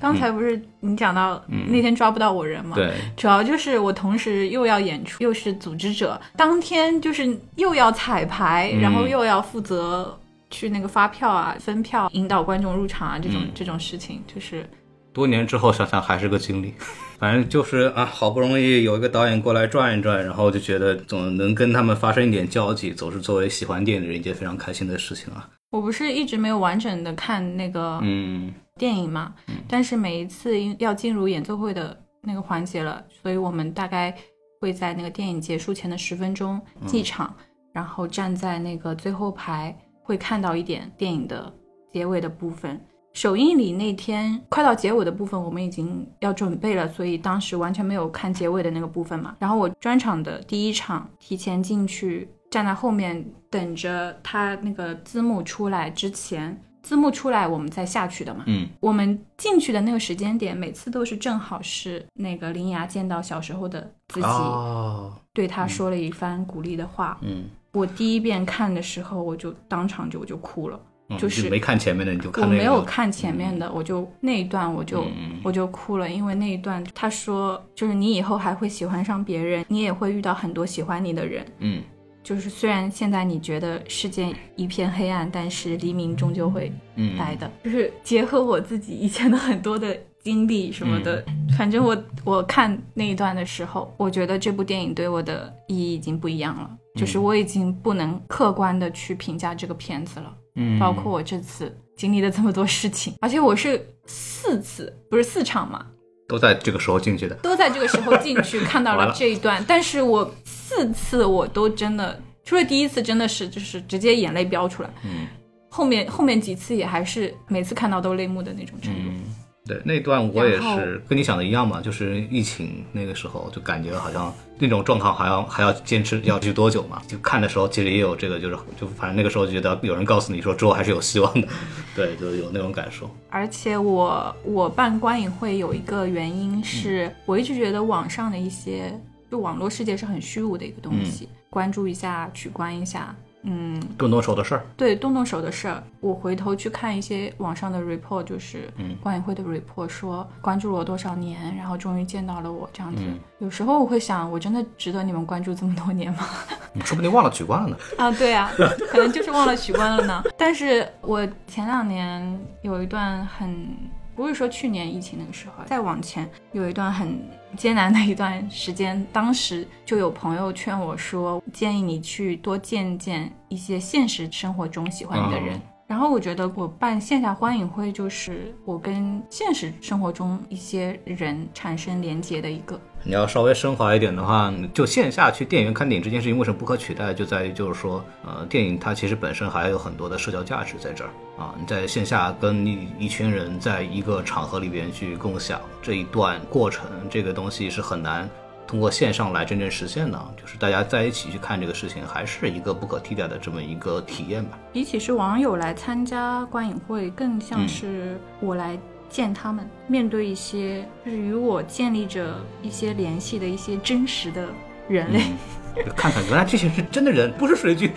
[SPEAKER 2] 刚才不是你讲到那天抓不到我人嘛？
[SPEAKER 1] 嗯对，
[SPEAKER 2] 主要就是我同时又要演出，又是组织者，当天就是又要彩排，
[SPEAKER 1] 嗯
[SPEAKER 2] 然后又要负责去那个发票啊、分票、引导观众入场啊这种、这种事情，就是
[SPEAKER 1] 多年之后想想还是个经历。 反正就是啊，好不容易有一个导演过来转一转，然后就觉得总能跟他们发生一点交集，总是作为喜欢电影的人一件非常开心的事情啊。
[SPEAKER 2] 我不是一直没有完整的看那个
[SPEAKER 1] 嗯
[SPEAKER 2] 电影嘛，但是每一次因要进入演奏会的那个环节了，所以我们大概会在那个电影结束前的十分钟进场，然后站在那个最后排会看到一点电影的结尾的部分。首映礼那天快到结尾的部分，我们已经要准备了，所以当时完全没有看结尾的那个部分嘛。然后我专场的第一场提前进去，站在后面等着他那个字幕出来之前，字幕出来我们再下去的嘛。
[SPEAKER 1] 嗯
[SPEAKER 2] 我们进去的那个时间点，每次都是正好是那个林雅见到小时候的自己，
[SPEAKER 1] 哦
[SPEAKER 2] 对她说了一番鼓励的话。
[SPEAKER 1] 嗯，
[SPEAKER 2] 我第一遍看的时候，我就当场就我就哭了，
[SPEAKER 1] 嗯
[SPEAKER 2] 就是
[SPEAKER 1] 没看前面的你就看
[SPEAKER 2] 我
[SPEAKER 1] 那个嗯
[SPEAKER 2] 没有看前面的，我就那一段我就、我就哭了，因为那一段他说就是你以后还会喜欢上别人，你也会遇到很多喜欢你的人。
[SPEAKER 1] 嗯
[SPEAKER 2] 就是虽然现在你觉得世界一片黑暗，但是黎明终究会
[SPEAKER 1] 嗯
[SPEAKER 2] 来的，就是结合我自己以前的很多的经历什么的，
[SPEAKER 1] 嗯
[SPEAKER 2] 反正我我看那一段的时候，我觉得这部电影对我的意义已经不一样了，
[SPEAKER 1] 嗯
[SPEAKER 2] 就是我已经不能客观的去评价这个片子了，
[SPEAKER 1] 嗯
[SPEAKER 2] 包括我这次经历了这么多事情， 而且我是四次不是四场嘛，
[SPEAKER 1] 都在这个时候进去的。
[SPEAKER 2] 都在这个时候进去看到
[SPEAKER 1] 完
[SPEAKER 2] 了
[SPEAKER 1] 了
[SPEAKER 2] 这一段，但是我四次我都真的，除了第一次真的是就是直接眼泪飙出来，
[SPEAKER 1] 嗯，
[SPEAKER 2] 后面后面几次也还是每次看到都泪目的那种程
[SPEAKER 1] 嗯
[SPEAKER 2] 度。
[SPEAKER 1] 对，那段我也
[SPEAKER 2] 然后
[SPEAKER 1] 是跟你想的一样嘛，就是疫情那个时候，就感觉好像那种状况好像还要坚持要去多久嘛。就看的时候，其实也有这个，就是就反正那个时候觉得有人告诉你说之后还是有希望的， 对，就有那种感受。
[SPEAKER 2] 而且我我办观影会有一个原因是，我一直觉得网上的一些就网络世界是很虚无的一个东西，关注一下，取关一下，嗯，
[SPEAKER 1] 动动手的事儿，
[SPEAKER 2] 对，动动手的事儿，我回头去看一些网上的 report，就是观影会的 report，说关注了我多少年，然后终于见到了我这样子。有时候我会想，我真的值得你们关注这么多年吗？
[SPEAKER 1] 说不定忘了取关了呢。
[SPEAKER 2] 啊，对啊，可能就是忘了取关了呢。但是我前两年有一段很，不是说去年疫情那个时候，啊再往前有一段很艰难的一段时间，当时就有朋友劝我说，建议你去多见见一些现实生活中喜欢你的人。
[SPEAKER 1] 嗯
[SPEAKER 2] 然后我觉得我办线下观影会，就是我跟现实生活中一些人产生连接的一个。
[SPEAKER 1] 你要稍微升华一点的话，就线下去电影院看电影这件事情为什么不可取代，就在于就是说，呃，电影它其实本身还有很多的社交价值在这儿啊。你在线下跟一一群人在一个场合里边去共享这一段过程，这个东西是很难通过线上来真正实现的。就是大家在一起去看这个事情，还是一个不可替代的这么一个体验吧。
[SPEAKER 2] 比起是网友来参加观影会，更像是我来见他们，面对一些就是与我建立着一些联系的一些真实的人类。
[SPEAKER 1] 看看，原来这些是真的人，不是水 军，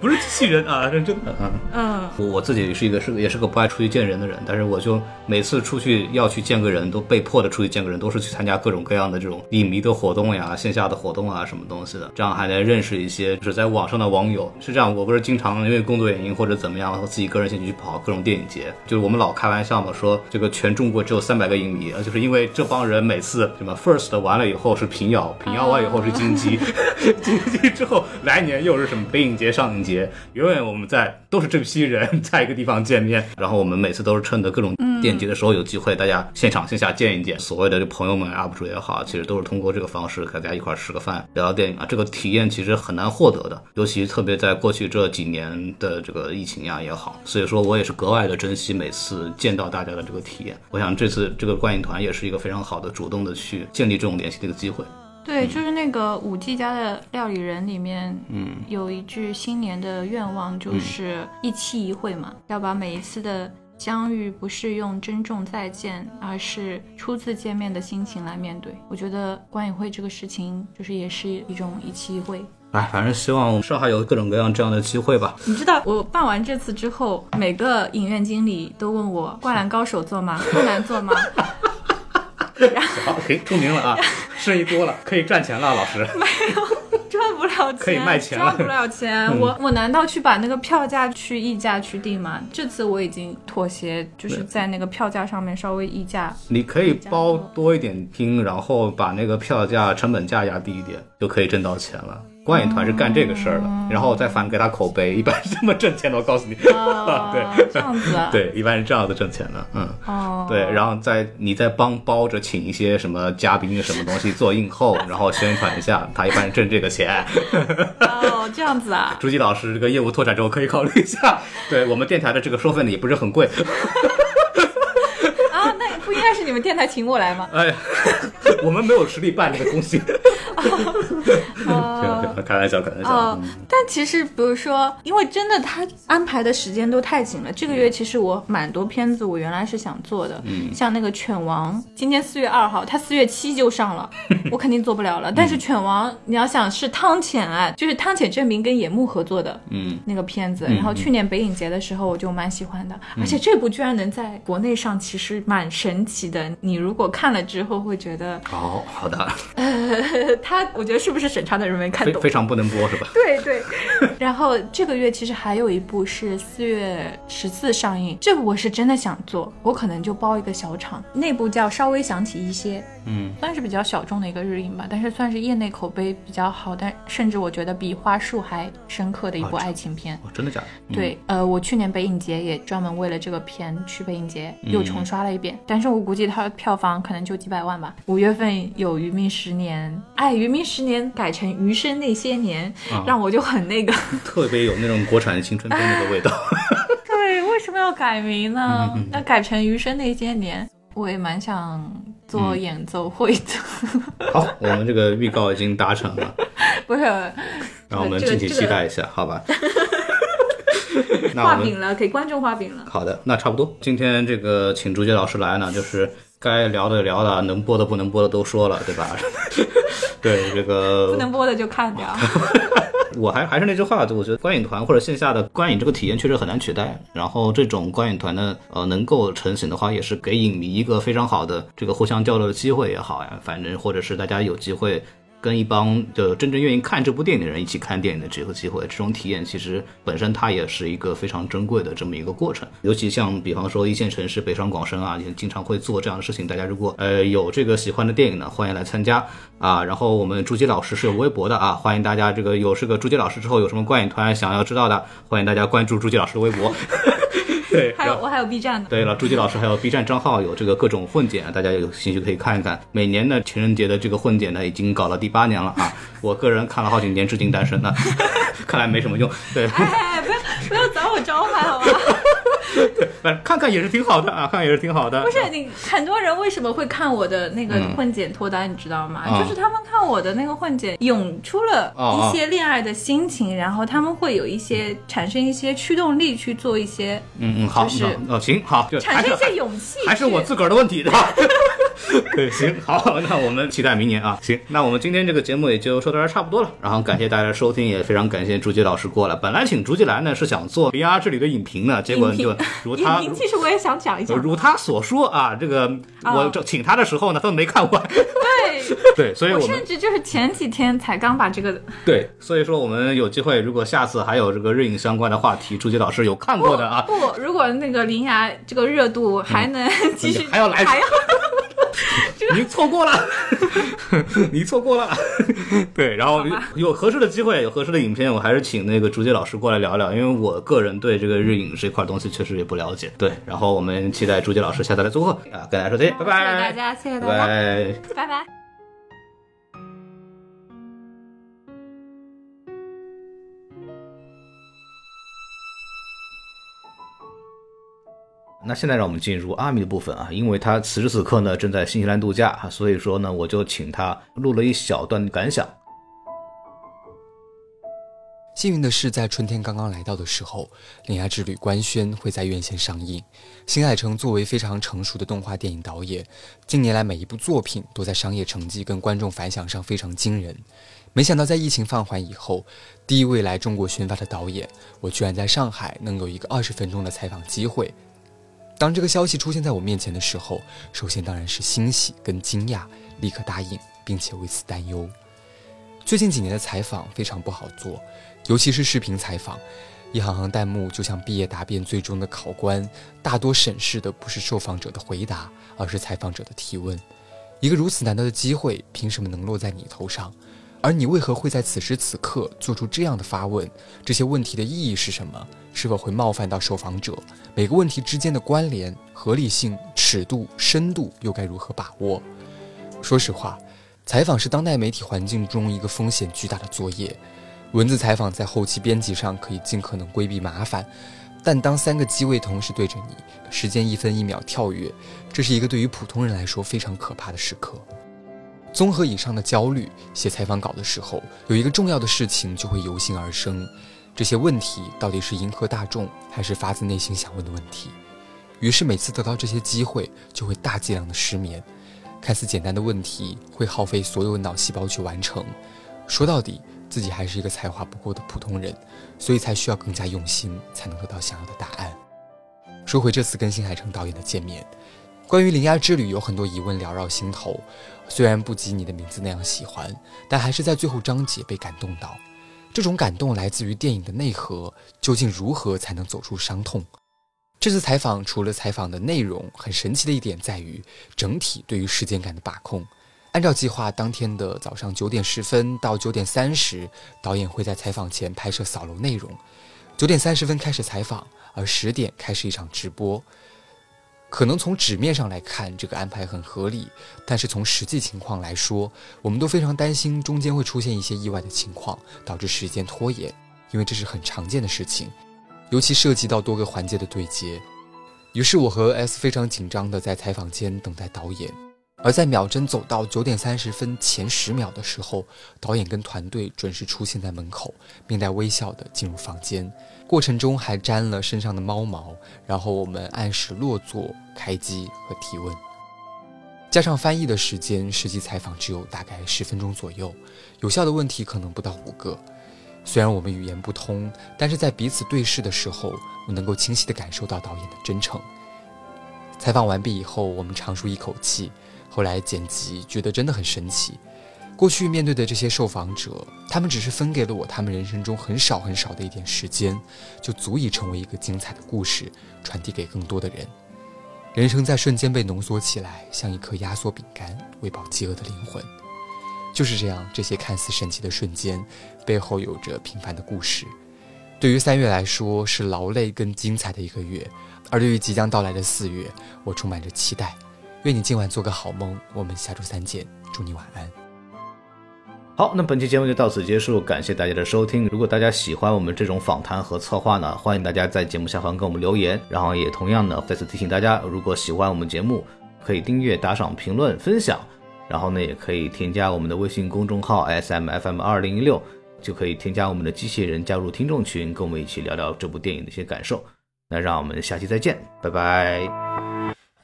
[SPEAKER 1] 不是机器人啊，是真的啊。
[SPEAKER 2] 嗯，
[SPEAKER 1] 我我自己是一个是个也是个不爱出去见人的人，但是我就每次出去要去见个人，都被迫的出去见个人，都是去参加各种各样的这种影迷的活动呀、线下的活动啊什么东西的，这样还能认识一些就是在网上的网友。是这样，我不是经常因为工作原因或者怎么样，然后自己个人兴趣去跑各种电影节，就是我们老开玩笑嘛，说这个全中国只有三百个影迷，呃就是因为这帮人每次什么 first 完了以后是平遥，平遥完以后是金鸡， 金鸡之后来年又是什么北影节、上影节，永远我们在都是这批人在一个地方见面，然后我们每次都是趁着各种电影节的时候有机会，大家现场线下见一见，所谓的这朋友们 UP 主也好，其实都是通过这个方式给大家一块儿吃个饭、聊聊电影啊，这个体验其实很难获得的，尤其特别在过去这几年的这个疫情呀、啊也好，所以说我也是格外的珍惜每次见到大家的这个体验。我想这次这个观影团也是一个非常好的主动的去建立这种联系的一个机会。
[SPEAKER 2] 对，就是那个五 G 家的料理人里面，嗯，有一句新年的愿望就是一期一会嘛，要把每一次的相遇不是用珍重再见，而是初次见面的心情来面对。我觉得观影会这个事情，就是也是一种一期一会。
[SPEAKER 1] 哎，反正希望上海有各种各样这样的机会吧。
[SPEAKER 2] 你知道我办完这次之后，每个影院经理都问我《灌篮高手》做吗？《柯南》做吗？
[SPEAKER 1] 好，可以出名了啊，生意多了，可以赚钱了，老师。
[SPEAKER 2] 赚不了钱，
[SPEAKER 1] 可以卖钱了嗯
[SPEAKER 2] 赚不了钱。我我难道去把那个票价去议价去定吗？这次我已经妥协，就是在那个票价上面稍微议 价。
[SPEAKER 1] 你可以包多一点拼，然后把那个票价成本价压低一点，就可以挣到钱了。观影团是干这个事儿哦的，然后再反给他口碑，一般是这么挣钱的。我告诉你，
[SPEAKER 2] 啊
[SPEAKER 1] 对
[SPEAKER 2] 这样子啊
[SPEAKER 1] 对，一般是这样子挣钱的，嗯。
[SPEAKER 2] 哦，
[SPEAKER 1] 对，然后再你再帮包着请一些什么嘉宾什么东西做映 后，然后宣传一下，他一般是挣这个钱。
[SPEAKER 2] 哦，这样子啊。
[SPEAKER 1] 朱吉老师这个业务拓展之后可以考虑一下，对我们电台的这个收费呢也不是很贵，
[SPEAKER 2] 啊，那不应该是你们电台请我来吗？
[SPEAKER 1] 哎， 我们没有实力办这个东 西。
[SPEAKER 2] 哦
[SPEAKER 1] 对开玩笑，开玩笑。
[SPEAKER 2] 哦，
[SPEAKER 1] 嗯
[SPEAKER 2] 但其实比如说，因为真的他安排的时间都太紧了。这个月其实我蛮多片子，我原来是想做的，
[SPEAKER 1] 嗯
[SPEAKER 2] 像那个《犬王》，今天四月二号，他四月七就上 了，我肯定做不了
[SPEAKER 1] 嗯
[SPEAKER 2] 了。但是《犬王》，你要想是汤浅啊，就是汤浅证明跟野木合作的，
[SPEAKER 1] 嗯，嗯
[SPEAKER 2] 那个片子。然后去年北影节的时候，我就蛮喜欢的，而且这部居然能在国内上，其实蛮神奇的。你如果看了之后，会觉得
[SPEAKER 1] 好好的，
[SPEAKER 2] 哎他，我觉得是不是审查的人没看
[SPEAKER 1] 非
[SPEAKER 2] 懂
[SPEAKER 1] 非？常不能播 是吧？
[SPEAKER 2] 对对，然后这个月其实还有一部是四月十四上映，这部我是真的想做，我可能就包一个小场，那部叫《稍微想起一些》，
[SPEAKER 1] 嗯，
[SPEAKER 2] 算是比较小众的一个日映吧，但是算是业内口碑比较好，但甚至我觉得比《花束》还深刻的一部爱情片。
[SPEAKER 1] 哦，真的假的？嗯，
[SPEAKER 2] 对，呃，我去年北影节也专门为了这个片去北影节
[SPEAKER 1] 嗯
[SPEAKER 2] 又重刷了一遍，但是我估计它的票房可能就几百万吧。五月份有《余命十年》，哎，《余命十年》改成《余生那些年》
[SPEAKER 1] 啊
[SPEAKER 2] 让我就很 那个。
[SPEAKER 1] 特别有那种国产青春片那个 味道。
[SPEAKER 2] 对，为什么要改名呢？
[SPEAKER 1] 嗯
[SPEAKER 2] 那改成《余生那些年》，我也蛮想
[SPEAKER 1] 嗯
[SPEAKER 2] 做演奏会的，
[SPEAKER 1] 好，我们这个预告已经达成了，
[SPEAKER 2] 不是
[SPEAKER 1] 让我们
[SPEAKER 2] 这个
[SPEAKER 1] 敬请
[SPEAKER 2] 这个
[SPEAKER 1] 期待一下， 好吧？那我
[SPEAKER 2] 画
[SPEAKER 1] 们
[SPEAKER 2] 饼了，给观众画饼了。
[SPEAKER 1] 好的，那差不多。今天这个请竹杰老师来呢，就是该聊的聊了，能播的不能播的都说了，对吧？ 对，这个
[SPEAKER 2] 不能播的就看掉。
[SPEAKER 1] 我还还是那句话，就我觉得观影团或者线下的观影这个体验确实很难取代。然后这种观影团呢，呃，能够成型的话，也是给影迷一个非常好的这个互相交流的机会也好呀，反正或者是大家有机会。跟一帮就真正愿意看这部电影的人一起看电影的这个机会，这种体验其实本身它也是一个非常珍贵的这么一个过程。尤其像比方说一线城市北上广深啊，也经常会做这样的事情。大家如果呃有这个喜欢的电影呢，欢迎来参加啊。然后我们朱杰老师是有微博的啊，欢迎大家这个有这个朱杰老师之后有什么观影团想要知道的，欢迎大家关注朱杰老师的微博。 对，
[SPEAKER 2] 还有
[SPEAKER 1] 然后
[SPEAKER 2] 我还有 B 站的，
[SPEAKER 1] 对了，朱杰老师还有 B 站账号有这个各种混剪，大家有兴趣可以看一看。每年的情人节的这个混剪呢，已经搞到第八年了啊！我个人看了好几年，至今单身呢， 看来没什么用。对，
[SPEAKER 2] 哎，不要不要找我招牌好吧？
[SPEAKER 1] 反正看看也是挺好的啊，看看也是挺好的。
[SPEAKER 2] 不是你，很多人为什么会看我的那
[SPEAKER 1] 嗯
[SPEAKER 2] 个混剪脱单，你知道吗？
[SPEAKER 1] 啊
[SPEAKER 2] 就是他们看我的那个混剪，涌出了
[SPEAKER 1] 哦哦
[SPEAKER 2] 一些恋爱的心情，然后他们会有一些产生一些驱动力去做一些，
[SPEAKER 1] 嗯嗯，好，
[SPEAKER 2] 就是
[SPEAKER 1] 那哦行好，就还
[SPEAKER 2] 产
[SPEAKER 1] 是
[SPEAKER 2] 生一些勇气去。
[SPEAKER 1] 还是我自个儿的问题的。 对，行，好，那我们期待明年啊。行，那我们今天这个节目也就说到这儿差不多了。然后感谢大家的收听，也非常感谢竹杰老师过来。本来请竹杰来呢是想做《VR 之旅》的影评的，结果
[SPEAKER 2] 影
[SPEAKER 1] 就
[SPEAKER 2] 评
[SPEAKER 1] 如
[SPEAKER 2] 影
[SPEAKER 1] 他呃
[SPEAKER 2] 评其实我也想讲一讲，
[SPEAKER 1] 如 他所说啊，这个
[SPEAKER 2] 啊
[SPEAKER 1] 我这请他的时候呢，他都没看完。
[SPEAKER 2] 对。
[SPEAKER 1] 对，所以
[SPEAKER 2] 我
[SPEAKER 1] 我们
[SPEAKER 2] 甚至就是前几天才刚把这个，
[SPEAKER 1] 对，所以说我们有机会，如果下次还有这个日影相关的话题，朱杰老师有看
[SPEAKER 2] 不
[SPEAKER 1] 过的啊，
[SPEAKER 2] 不，如果那个林芽这个热度还能继续，
[SPEAKER 1] 嗯还要来
[SPEAKER 2] 还要
[SPEAKER 1] 您错过了，您错过了。 对，然后有合适的机会，有合适的影片，我还是请那个竹杰老师过来聊聊，因为我个人对这个日影这块东西确实也不了解。对，然后我们期待竹杰老师下次来做客 啊，跟大家说再 见，拜拜，
[SPEAKER 2] 谢谢大家，谢谢
[SPEAKER 1] 拜
[SPEAKER 2] 大家，
[SPEAKER 1] 拜。
[SPEAKER 2] 拜拜。
[SPEAKER 1] 那现在让我们进入阿米的部分啊，因为他此时此刻呢正在新西兰度假，所以说呢我就请他录了一小段感想。
[SPEAKER 3] 幸运的是，在春天刚刚来到的时候，《恋爱之旅》官宣会在院线上映。新海诚作为非常成熟的动画电影导演，近年来每一部作品都在商业成绩跟观众反响上非常惊人。没想到在疫情放缓以后，第一位来中国宣发的导演，我居然在上海能有一个二十分钟的采访机会。当这个消息出现在我面前的时候，首先当然是欣喜跟惊讶，立刻答应，并且为此担忧。最近几年的采访非常不好做，尤其是视频采访，一行行弹幕就像毕业答辩最终的考官，大多审视的不是受访者的回答，而是采访者的提问。一个如此难得的机会，凭什么能落在你头上？而你为何会在此时此刻做出这样的发问？这些问题的意义是什么？是否会冒犯到受访者？每个问题之间的关联、合理性、尺度、深度又该如何把握？说实话，采访是当代媒体环境中一个风险巨大的作业。文字采访在后期编辑上可以尽可能规避麻烦，但当三个机位同时对着你，时间一分一秒跳跃，这是一个对于普通人来说非常可怕的时刻。综合以上的焦虑，写采访稿的时候，有一个重要的事情就会由心而生：这些问题到底是迎合大众，还是发自内心想问的问题？于是每次得到这些机会，就会大剂量的失眠。看似简单的问题，会耗费所有脑细胞去完成。说到底，自己还是一个才华不够的普通人，所以才需要更加用心，才能得到想要的答案。说回这次跟新海诚导演的见面，关于《铃芽之旅》有很多疑问缭绕心头，虽然不及你的名字那样喜欢，但还是在最后章节被感动到。这种感动来自于电影的内核，究竟如何才能走出伤痛？这次采访除了采访的内容，很神奇的一点在于整体对于时间感的把控。按照计划，当天的早上九点十分到九点三十，导演会在采访前拍摄扫楼内容。九点三十分开始采访，而十点开始一场直播。可能从纸面上来看，这个安排很合理，但是从实际情况来说，我们都非常担心中间会出现一些意外的情况，导致时间拖延，因为这是很常见的事情，尤其涉及到多个环节的对接。于是我和 S 非常紧张地在采访间等待导演。而在秒针走到九点三十分前十秒的时候，导演跟团队准时出现在门口，面带微笑的进入房间，过程中还沾了身上的猫毛，然后我们按时落座、开机和提问。加上翻译的时间，实际采访只有大概十分钟左右，有效的问题可能不到五个。虽然我们语言不通，但是在彼此对视的时候，我能够清晰地感受到导演的真诚。采访完毕以后，我们长舒一口气，后来剪辑，觉得真的很神奇。过去面对的这些受访者，他们只是分给了我他们人生中很少很少的一点时间，就足以成为一个精彩的故事，传递给更多的人。人生在瞬间被浓缩起来，像一颗压缩饼干，喂饱饥饿的灵魂。就是这样，这些看似神奇的瞬间，背后有着平凡的故事。对于三月来说，是劳累跟精彩的一个月；而对于即将到来的四月，我充满着期待。愿你今晚做个好梦，我们下周三见，祝你晚安。
[SPEAKER 4] 好，那本期节目就到此结束，感谢大家的收听。如果大家喜欢我们这种访谈和策划呢，欢迎大家在节目下方给我们留言。然后也同样呢，再次提醒大家，如果喜欢我们节目，可以订阅、打赏、评论、分享。然后呢，也可以添加我们的微信公众号 S M F M 二零一六，就可以添加我们的机器人加入听众群，跟我们一起聊聊这部电影的一些感受。那让我们下期再见，拜拜。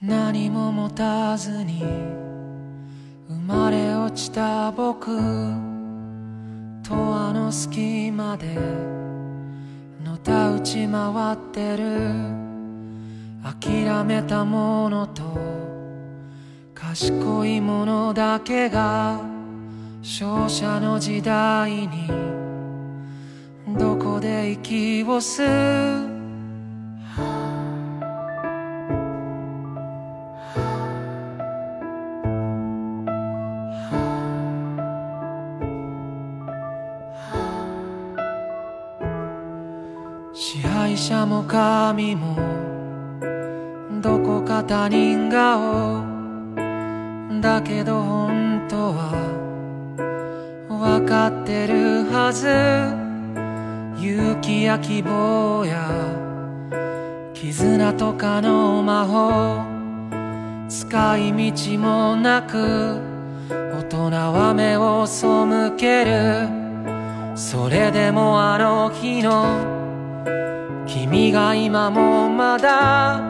[SPEAKER 5] 何も持たずに生まれ落ちた僕とあの隙間でのたうち回ってる諦めたものと賢いものだけが勝者の時代にどこで息を吸う支配者も神もどこか他人顔だけど本当はわかってるはず勇気や希望や絆とかの魔法使い道もなく大人は目を背けるそれでもあの日の君が今もまだ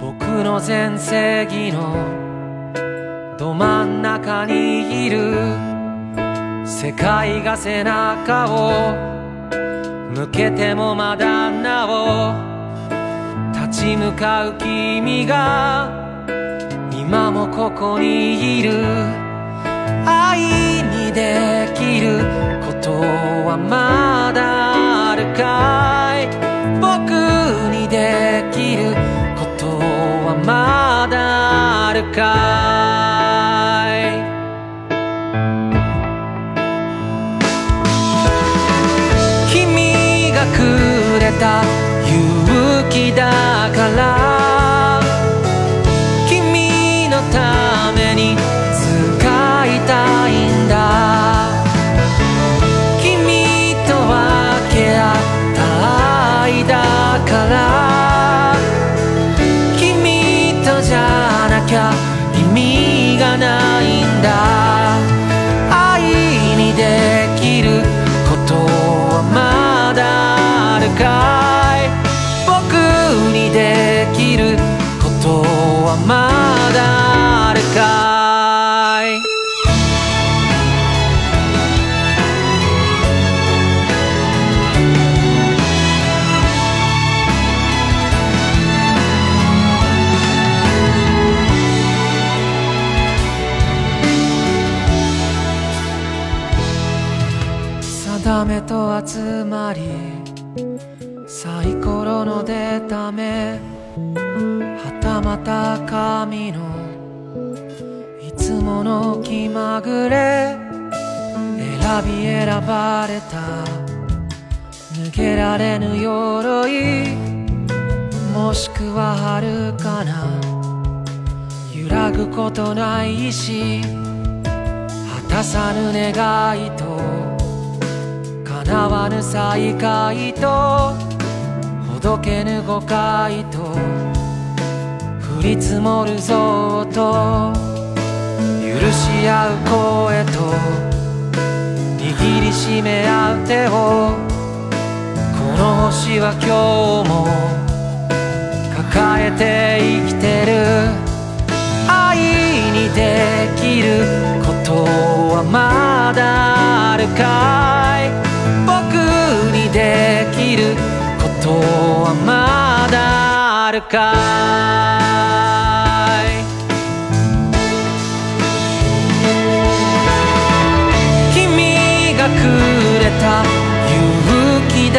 [SPEAKER 5] 僕の全盛期のど真ん中にいる世界が背中を向けてもまだなお立ち向かう君が今もここにいる愛にできることはまだあるかい僕にできることはまだあるかい君がくれた勇気だから君のために使いたいんだ君と分け合った愛だから君とじゃなきゃ意味がないんだ愛にできることはまだあるかい僕にできることはまだあるかい定めと集まりサイコロの出た目はたまた神のいつもの気まぐれ選び選ばれた抜けられぬ鎧もしくは遥かな揺らぐことない意志果たさぬ願いと叶わぬ再会とほどけぬ誤解と降り積もるぞと許し合う声と握りしめ合う手をこの星は今日も抱えて生きてる愛にできることはまだあるかい僕にできることはまだあるかいか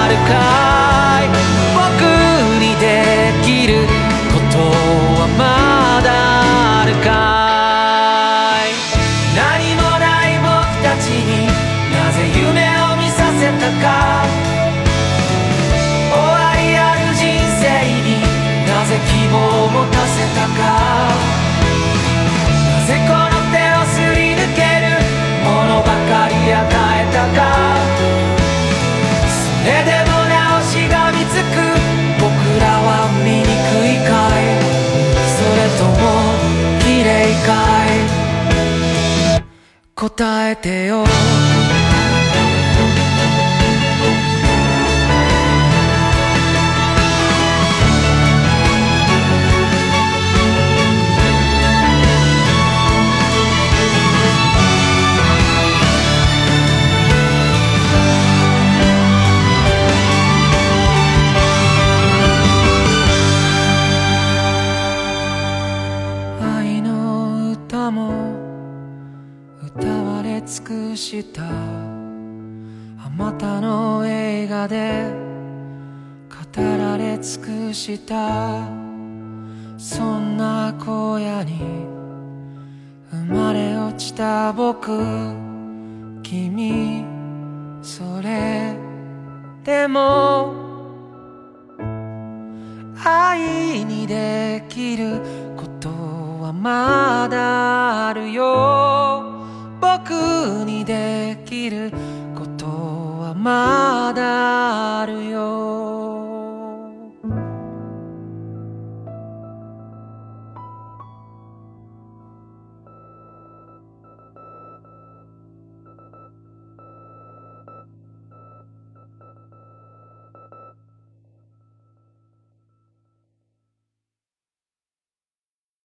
[SPEAKER 5] あるかい僕にできることはまだあるかい何もない僕たちになぜ夢を見させたか終わりある人生になぜ希望を持たせたかなぜこの手をすり抜けるものばかり与えたかそれでもなおしがみつく僕らは醜いかいそれとも綺麗かい答えてよ愛の歌も歌われ尽くしたあまたの映画で語られ尽くしたそんな小屋に生まれ落ちた僕君それでも愛にできることはまだあるよ僕にできることはまだあるよ